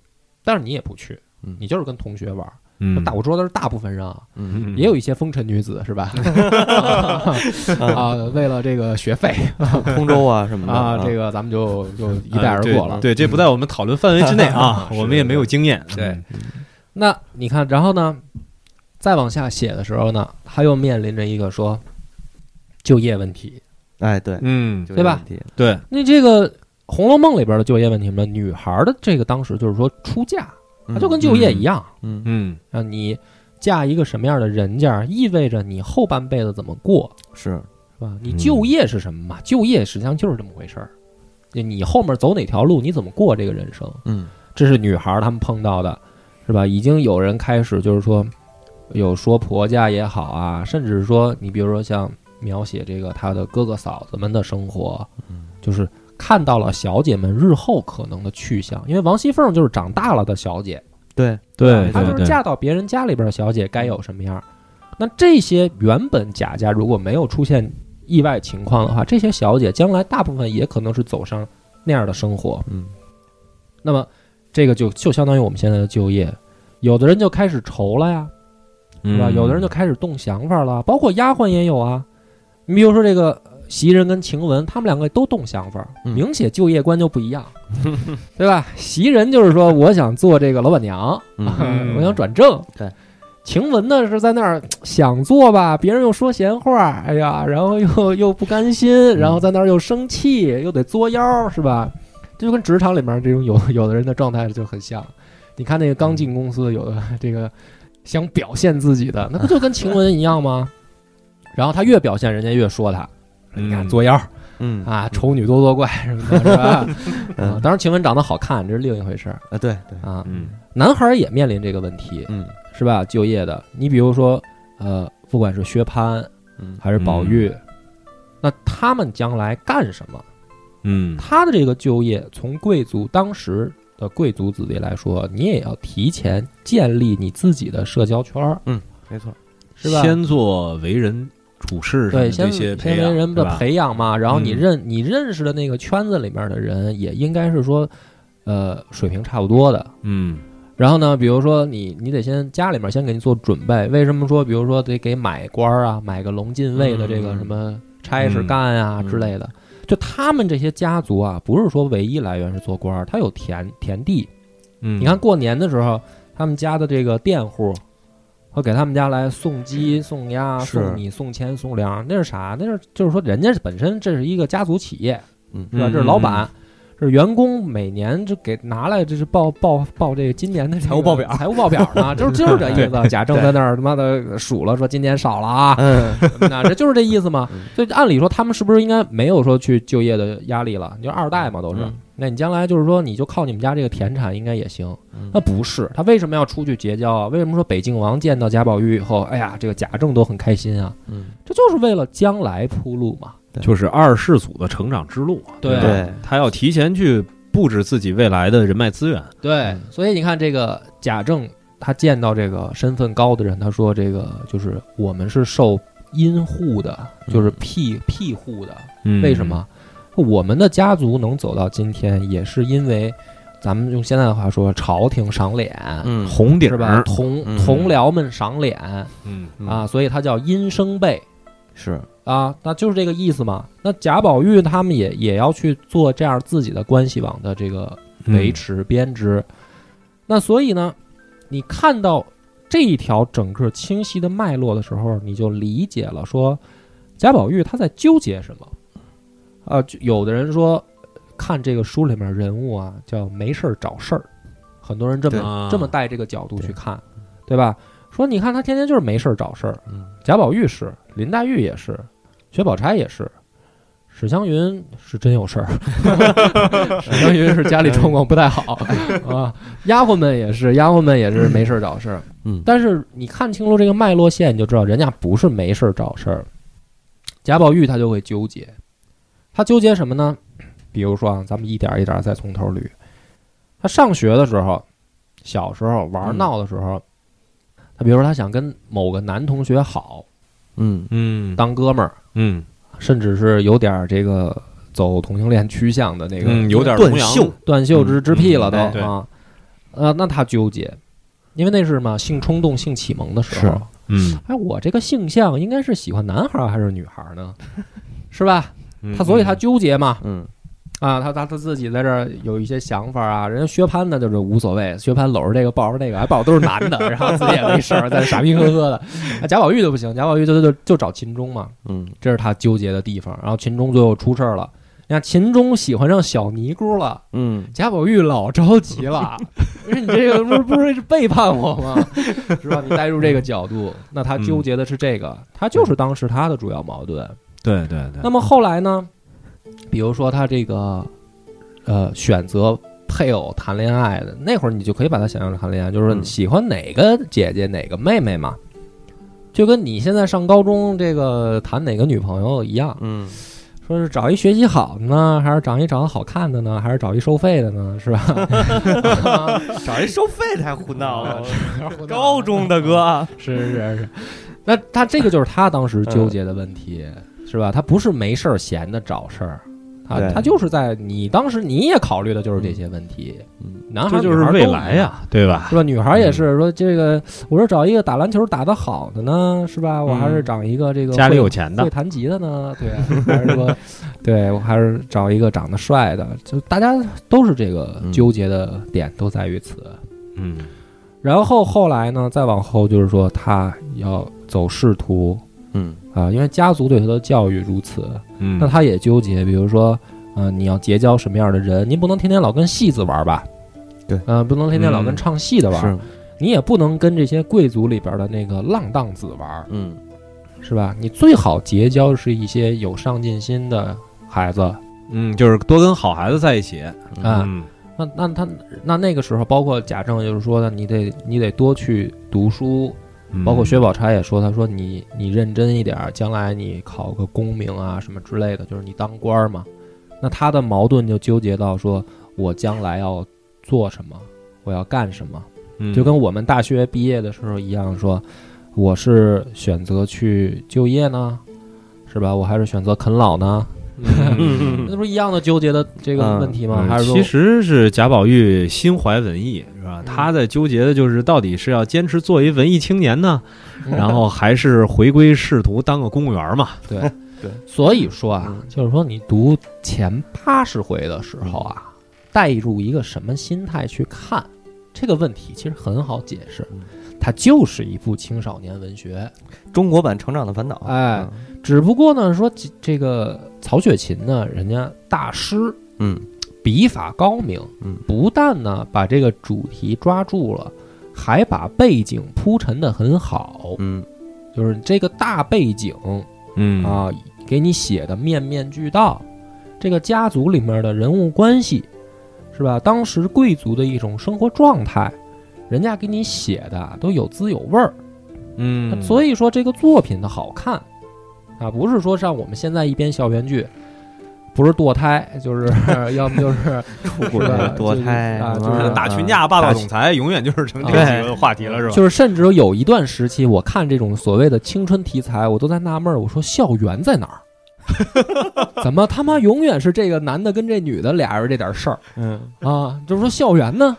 但是你也不去，
嗯
你就是跟同学玩儿。
嗯
大我说的是大部分人啊，
嗯
也有一些风尘女子是吧？啊，为了这个学费
通州啊什么的
啊，这个咱们就就一带而过了。
对，这不在我们讨论范围之内 啊，
是
我们也没有经验。
对，那你看，然后呢，再往下写的时候呢，他又面临着一个说就业问题。
哎对，
嗯，
就
对吧
这问题？
对，
那这个《红楼梦》里边的就业问题什么？女孩儿的这个当时就是说出嫁，它啊就跟就业一样。
嗯
嗯
啊，你嫁一个什么样的人家，意味着你后半辈子怎么过，
是
是吧？你
嗯
就业是什么嘛？就业实际上就是这么回事儿，就你后面走哪条路，你怎么过这个人生，
嗯
这是女孩儿她们碰到的，是吧？已经有人开始就是说，有说婆家也好啊，甚至说你比如说像描写这个他的哥哥嫂子们的生活，
嗯
就是看到了小姐们日后可能的去向。因为王熙凤就是长大了的小姐，
对，
对
她就
对
是
对，
嫁到别人家里边的小姐该有什么样儿。那这些原本贾家如果没有出现意外情况的话，这些小姐将来大部分也可能是走上那样的生活。
嗯，
那么这个就就相当于我们现在的就业，有的人就开始愁了呀，是
是
吧？有的人就开始动想法了，包括丫鬟也有啊。你比如说这个呃袭人跟晴雯，他们两个都动想法，
嗯
明显就业观就不一样，对吧？袭人就是说，我想做这个老板娘，
嗯
我想转正。
对，
晴雯呢是在那儿想做吧，别人又说闲话，哎呀，然后又 又不甘
嗯
心，然后在那儿又生气，又得作妖，是吧？这就跟职场里面这种有 有的人的状态就很像。你看那个刚进公司，有的 这个想表现自己的，那不就跟晴雯一样 吗？然后他越表现，人家越说他，你看
嗯
哎作妖
嗯
啊，丑女多作怪什么的，是吧？
嗯
啊当然晴雯长得好看，这是另一回事儿
啊，对对，
啊。
嗯
男孩儿也面临这个问题，
嗯
是吧？就业的，你比如说，呃，不管是薛蟠
嗯
还是宝玉，那他们将来干什么？
嗯
他的这个就业，从贵族当时的贵族子弟来说，你也要提前建立你自己的社交圈儿，
没错，
是吧？
先做为人处事上
对，
的
先
这些
先
培
为
养，
人
是
的
吧？
培养嘛，然后你
嗯
认、你认识的那个圈子里面的人，也应该是说，呃，水平差不多的，
嗯
然后呢，比如说你，你得先家里面先给你做准备。为什么说，比如说得给买官儿啊，买个龙禁卫的这个
嗯
什么差事干啊
嗯
之类的？就他们这些家族啊，不是说唯一来源是做官儿，他有田田地。
嗯，
你看过年的时候，他们家的这个佃户会给他们家来送
嗯
鸡、送鸭、
是
送米、送钱、送粮，那是啥？那是就是说，人家本身这是一个家族企业，
嗯
是吧？
嗯
这是老板，这是员工，每年就给拿来，这是报报报这个今年的这个
财务报表
财务报表呢， 就是就是这意思。贾政在那儿他妈的数了，说今年少了啊，
嗯，
那这就是这意思嘛
嗯。
所以按理说，他们是不是应该没有说去就业的压力了？你就二代嘛，都是
嗯。
那你将来就是说，你就靠你们家这个田产应该也行。
嗯
那不是，他为什么要出去结交啊？为什么说北静王见到贾宝玉以后，哎呀，这个贾政都很开心啊？
嗯，
这就是为了将来铺路嘛。
嗯就是二世祖的成长之路啊，
对
吧
对
他要提前去布置自己未来的人脉资源，
对
嗯，
所以你看这个贾政，他见到这个身份高的人，他说这个就是我们是受荫护的，
嗯
就是庇庇护的。
嗯
为什？么？我们的家族能走到今天，也是因为咱们用现在的话说，朝廷赏脸，
嗯
红顶
是
儿
吧？？同
嗯
同僚们赏脸
嗯
嗯
啊，所以他叫荫生辈。
是，
啊，那就是这个意思嘛。那贾宝玉他们也也要去做这样自己的关系网的这个
嗯
维持编织。那所以呢，你看到这一条整个清晰的脉络的时候，你就理解了说贾宝玉他在纠结什么。啊，就有的人说看这个书里面人物啊，叫没事儿找事儿，很多人这
对
么
啊
这么带这个角度去
对
看，对吧？说你看他天天就是没事儿找事儿，
嗯
贾宝玉是，林黛玉也是，薛宝钗也是，史湘云是真有事儿，史湘云是家里状况不太好啊，丫鬟们也是，丫鬟们也是没事儿找事儿。
嗯
但是你看清楚这个脉络线，你就知道人家不是没事儿找事儿。贾宝玉他就会纠结，他纠结什么呢？比如说啊，咱们一点儿一点儿再从头捋。他上学的时候，小时候玩儿
嗯
闹的时候，他比如说他想跟某个男同学好，
嗯
嗯
当哥们儿，
嗯
甚至是有点儿这个走同性恋趋向的那个
嗯，有点
断
龙阳
袖
断袖之
嗯
之癖了
嗯
都、
哎对
啊，呃，那他纠结，因为那是嘛性冲动、性启蒙的时候
是。
嗯，
哎，我这个性向应该是喜欢男孩儿还是女孩儿呢？是吧？
嗯
他所以他纠结嘛，
嗯
啊，他他他自己在这儿有一些想法啊。人家薛蟠呢就是无所谓，薛蟠搂着这个抱着那个，还抱着都是男的，然后自己也没事儿，在这傻逼呵呵的。啊贾宝玉就不行，贾宝玉就就就就找秦钟嘛，
嗯
这是他纠结的地方。然后秦钟最后出事儿了，你看秦钟喜欢上小尼姑了，
嗯
贾宝玉老着急了， 不是你这个不是不是是背叛我 吗？是吧？你带入这个角度，那他纠结的是这个，他就是当时他的主要矛盾。
嗯对对对，
那么后来呢？比如说他这个，呃，选择配偶谈恋爱的嗯那会儿，你就可以把他想象成谈恋爱，就是说你
嗯
喜欢哪个姐姐哪个妹妹嘛。就跟你现在上高中这个谈哪个女朋友一样，
嗯，
说是找一学习好的呢，还是找一长得好看的呢，还是找一收费的呢，是吧？ 啊
找人收费太胡闹啊了。
哦 高中的
哥，啊
是是是是，那他这个就是他当时
嗯
纠结的问题，是吧？他不是没事儿闲的找事儿，他
对
他就是在你当时你也考虑的就是这些问题，
嗯
男孩
这
儿
就是
女孩儿都
未
一
来
样
呀，嗯对吧？
是吧？女孩儿也是说这个，我说找一个打篮球打得好的呢，是吧？我还是找一个这个
嗯家里
会
有钱的
会，弹吉他呢，对啊，还是说，对我还是找一个长得帅的，就大家都是这个
嗯
纠结的点都在于此。
嗯
然后后来呢，再往后就是说他要走仕途
嗯
啊、因为家族对他的教育如此，
嗯，
那他也纠结，比如说，嗯、你要结交什么样的人？您不能天天老跟戏子玩吧？
对
呃，不能天天老跟
嗯
唱戏的玩。
是
你也不能跟这些贵族里边的那个浪荡子玩儿，
嗯
是吧？你最好结交是一些有上进心的孩子
嗯，就是多跟好孩子在一起
啊。
嗯
那那他那那个时候，包括贾政就是说的，你得你得多去读书，
嗯
包括薛宝钗也说，他说你你认真一点儿，将来你考个功名啊什么之类的，就是你当官儿嘛。那他的矛盾就纠结到说，我将来要做什么，我要干什么。
嗯
就跟我们大学毕业的时候一样说，我是选择去就业呢，是吧？我还是选择啃老呢？
嗯
那不是一样的纠结的这个问题吗？
嗯
还是说
其实是嗯贾宝玉心怀文艺，是吧？他在纠结的就是到底是要坚持做一文艺青年 呢，
嗯
然后还是回归仕途当个公务员 嘛？
对
对，
所以说啊
嗯，
就是说你读前八十回的时候啊，带入一个什么心态去看这个问题，其实很好解释
嗯，
它就是一部青少年文学，
中国版《成长的烦
哦
恼》
嗯
哎，只不过呢，说这这个曹雪芹呢，人家大师
嗯
笔法高明，
嗯
不但呢把这个主题抓住了，还把背景铺陈的很好，
嗯
就是这个大背景
嗯
啊，给你写的面面俱到。这个家族里面的人物关系，是吧？当时贵族的一种生活状态，人家给你写的啊都有滋有味儿。
嗯，
所
以
以说这个作品的好看啊，不是说像我们现在一编校园剧，不是堕胎，就是 要么就是
出轨堕胎
啊就是
嗯
打群架、霸道总裁，永远就是成这几个话题了，是吧？
就是甚至有一段时期，我看这种所谓的青春题材，我都在纳闷儿，我说校园在 哪儿？怎么他妈永远是这个男的跟这女的俩人这点事儿
嗯，
啊？就是说校园呢，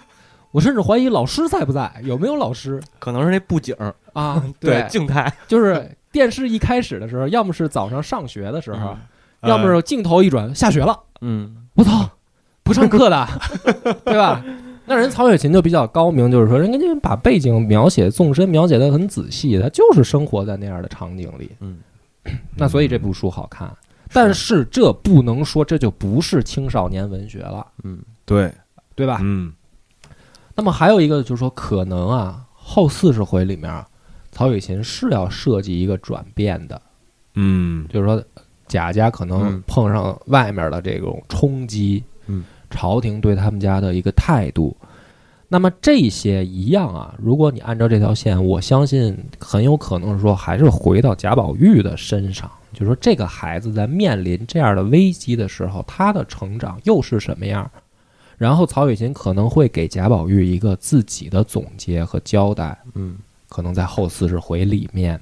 我甚至怀疑老师在不在，有没有老师
可能是那布景儿
啊？
静态，
就是电视一开始的时候，要么是早上上学的时
嗯
候， 要么是镜头一转下雪了，
嗯
我操，不上课的， 对吧？那人曹雪芹就比较高明，就是说人家就把背景描写纵深描写的很仔细，他就是生活在那样的场景里。
嗯，
那所以这部书好看，但是这不能说这就不是青少年文学了，
嗯
对，
对吧？
嗯
那么还有一个就是说，可能啊，后四十回里面啊，曹雪芹是要设计一个转变的，
嗯
就是说贾家可能
嗯
碰上外面的这种冲击，
嗯，
朝廷对他们家的一个态度。那么这些一样啊，如果你按照这条线，我相信很有可能说还是回到贾宝玉的身上，就是说这个孩子在面临这样的危机的时候，他的成长又是什么样？然后曹雪芹可能会给贾宝玉一个自己的总结和交代，
嗯
可能在后四十回里面，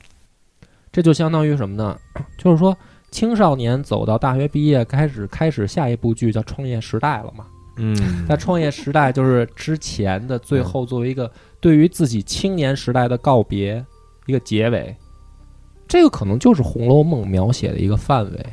这就相当于什么呢？ 就是说青少年走到大学毕业，开始开始下一部剧叫《创业时代》了嘛？
嗯，
在《创业时代》就是之前的最后作为一个对于自己青年时代的告别，一个结尾，这个可能就是《红楼梦》描写的一个范围，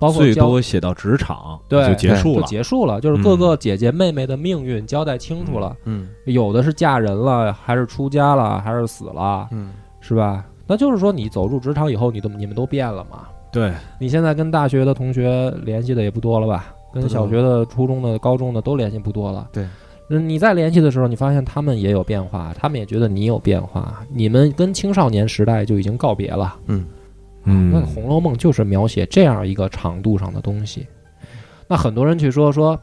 包括
最
交
多写到职场
对
就结束
就
了，嗯
结束了，就是各个姐姐妹妹的命运交代清楚了，
嗯
有的是嫁人了，还是出家了，还是死了，
嗯
是吧？那就是说，你走入职场以后，你都你们都变了嘛？
对，
你现在跟大学的同学联系的也不多了吧？跟
不多
小
了
学的、初中的、高中的都联系不多了。
对，
那你再联系的时候，你发现他们也有变化，他们也觉得你有变化，你们跟青少年时代就已经告别了。
嗯
那《红楼梦》就是描写这样一个长度上的东西。那很多人去说说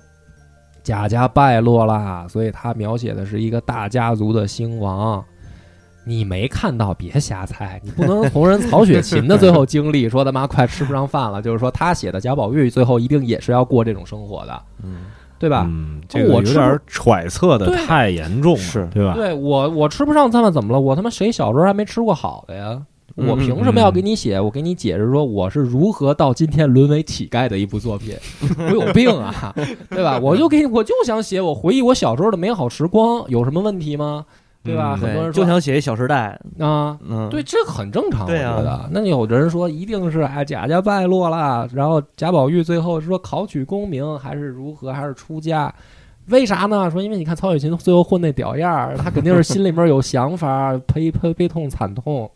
贾家败落啦，所以他描写的是一个大家族的兴亡。你没看到，别瞎猜，你不能同人曹雪芹的最后经历说他妈快吃不上饭了，就是说他写的贾宝玉最后一定也是要过这种生活的，
嗯，
对吧？
嗯，这个
我
有
吃
点
不
儿揣测的
对
太严重了，
是
对吧？
对我我吃不上饭怎么了？我他妈谁小时候还没吃过好的呀？
嗯
我凭什么要给你写？我给你解释说我是如何到今天沦为乞丐的一部作 品，我有病啊，对吧？我就给你，我就想写我回忆我小时候的美好时光，有什么问题吗？对吧？
嗯
很多人
就
说
想写一《小时代》，
啊，
嗯，
对，，这很正常，
对啊
我觉得。那有的人说一定是哎贾家败落啦，然后贾宝玉最后是说考取功名，还是如何，还是出家。为啥呢？说因为你看曹雪芹最后混那屌样儿，他肯定是心里面有想法，悲悲悲痛惨痛，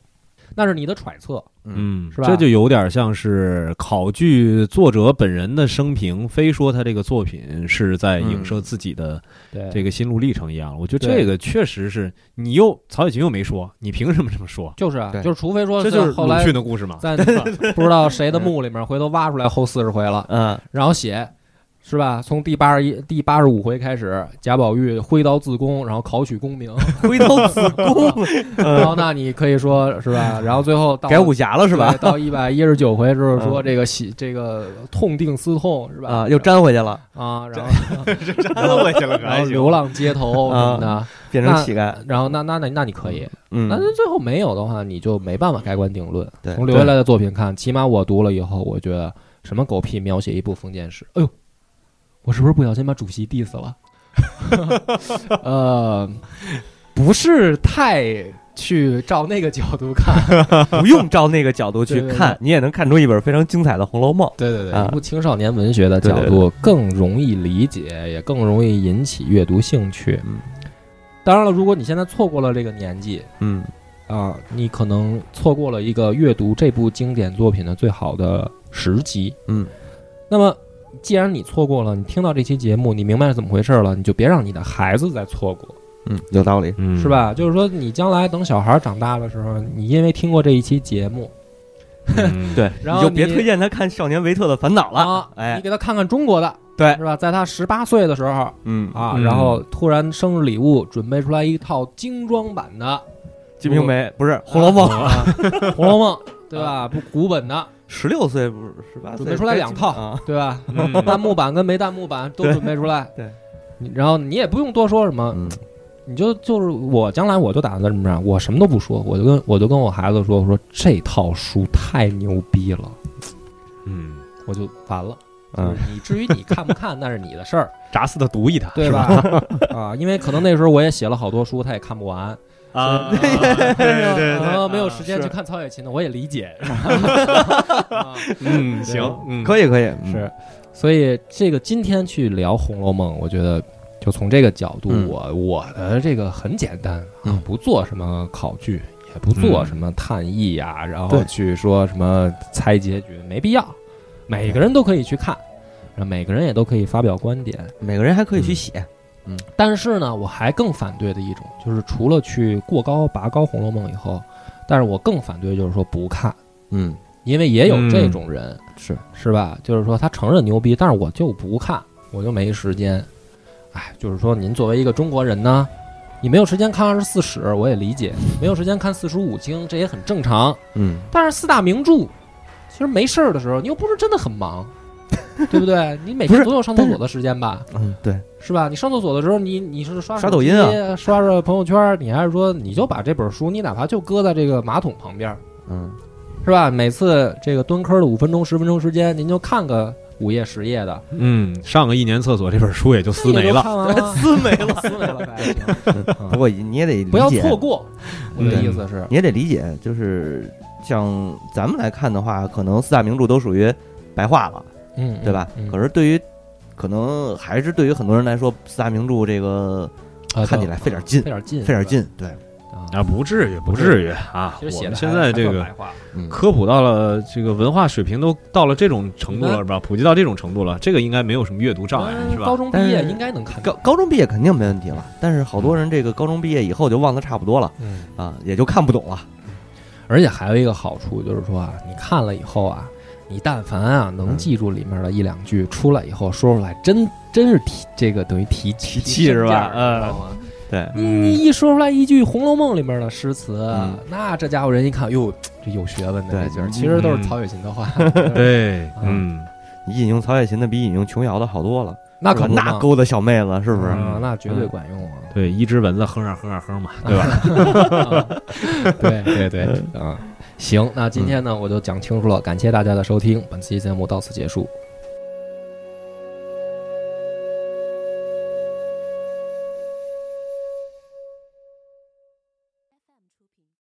那是你的揣测。
嗯，
是吧
这就有点像是考据作者本人的生平，非说他这个作品是在影射自己的
对，
这个心路历程一样。我觉得
嗯对
这个确实是，你又曹雪芹又没说，你凭什么这么说？
就是啊，
对
就是除非说
这就是
后
鲁
来
迅的故事嘛。
在不知道谁的墓里面回头挖出来后四十回了，
嗯，
然后写是吧？从第八十一、第八十五回开始，贾宝玉挥刀自宫，然后考取功名，
挥刀自 宫
然后那你可以说是 吧？然后最后到
改武侠了是吧
对？到一百一十九回之后说
嗯
这个喜这个痛定思痛是吧？
啊，又粘回去了，
啊，然后
我去了，
然后流浪街头什么的，
变成乞丐。
然后那那那那你可以，
嗯
那，那最后没有的话，你就没办法盖棺定论。
对
从留下来的作品看，起码我读了以后，我觉得什么狗屁描写一部封建史，哎呦，我是不是不小心把主席 diss 了？ 呃，不是太去照那个角度看，
不用照那个角度去
对对对
看，你也能看出一本非常精彩的《红楼梦》。
对对对
啊
一部青少年文学的角
对对
度更容易理解，也更容易引起阅读兴趣。
嗯
当然了，如果你现在错过了这个年纪，
嗯
啊，你可能错过了一个阅读这部经典作品的最好的时机。
嗯，
那么，既然你错过了，你听到这期节目，你明白是怎么回事了，你就别让你的孩子再错过，
嗯，有道理。
嗯，
是？吧？就是说，你将来等小孩长大的时候，你因为听过这一期节目
嗯，
对，
然
你
后
就别
你
推荐他看《少年维特的烦恼》了
啊。，
哎
你，给他看看中国的，
对
是吧？在他十八岁的时候
嗯，
啊，
嗯
然后突然生日礼物准备出来一套精装版的
《金瓶梅》不是《红楼梦》，
啊《红楼梦》，对吧？不古本的，
十六岁不是十八岁，
准备出来两套
啊。
对 吧？弹
嗯
幕版跟没弹幕版都
对
准备出来。
对
你然后你也不用多说什么，
嗯
你就就是我将来我就打算这么着，我什么都不说，我就跟我就跟我孩子说，我说这套书太牛逼了，
嗯，
我就完了。就
嗯
是你至于你看不看那是你的事 儿，
炸死他，毒一他，
对
是吧？
吧？啊，因为可能那时候我也写了好多书，他也看不完，
啊，
对
对对对，
然哦后没有
啊
时间去
是
看曹雪芹的，我也理解。啊
嗯，行，嗯，
可以可以，嗯
是，所以这个今天去聊《红楼梦》，我觉得就从这个角度，
嗯
我我的这个很简单啊
嗯，
不做什么考据，也不做什么探议呀、然后
对
去说什么猜结局，没必要。每个人都可以去看，然后每个人也都可以发表观点。
每个人还可以去写。
但是呢，我还更反对的一种，就是除了去过高拔高《红楼梦》以后，但是我更反对就是说不看，
嗯，
因为也有这
嗯
种人，
是
是吧？就是说他承认牛逼，但是我就不看，我就没时间。哎，就是说您作为一个中国人呢，你没有时间看二十四史，我也理解；没有时间看四书五经，这也很正常。
嗯，
但是四大名著，其实没事儿的时候，你又不是真的很 忙，对不对？你每
不
天
是
总有上厕所的时间吧？
嗯，对，
是吧？你上厕所的时候，你你是刷
刷
手
抖
机
音啊，
刷刷朋友圈，你还是说你就把这本书，你哪怕就搁在这个马桶旁边，
嗯，，
是吧？每次这个蹲坑的五分钟、十分钟时间，您就看个五页、十页的，
嗯，上个一年厕所这本书也就撕
那也
没
就
了，啊
看完了
思没了。
撕没了呗，
不过你也得理解
不要错，过。我的
对
意思是，
你也得理解，就是像咱们来看的话，可能四大名著都属于白话了，
嗯，
对吧？
嗯
可是对于可能还是对于很多人来说，四大名著这个
啊
看起
对
来费点劲
费点劲，
费点劲，对，
啊。
啊，不至于，不至于啊！
其实
我
写
们
的
现在这个
嗯，
科普到了这个文化水平都到了这种程度了，是吧？普及到这种程度了，这个应该没有什么阅读障碍，是
嗯高
吧？
中毕业
但是
应该能看
高
到。
高中毕业肯定没问题了，但是好多人这个高中毕业以后就忘得差不多了
嗯，
啊，也就看不懂了。
而且还有一个好处就是说啊，你看了以后啊，你但凡啊能
嗯
记住里面的一两句，出来以后说出来，真真是提这个等于提提
气是吧
身价儿你知道
嗯
吗
对，
你一说出来一句《红楼梦》里面的诗词，
嗯
那这家伙人一看，哟，这有学问的
对
这劲儿，
嗯
其实都是
嗯
曹雪芹的 话。
对，嗯，
你引用曹雪芹的比引用琼瑶的好多了，
那
是吧
可不嘛
那勾搭小妹子是不是？
嗯
啊，那绝对管用啊！
对，一只蚊子哼上哼上哼嘛，对吧？
对对对，啊，行，那今天呢我就讲清楚了，感谢大家的收听，本期节目到此结束，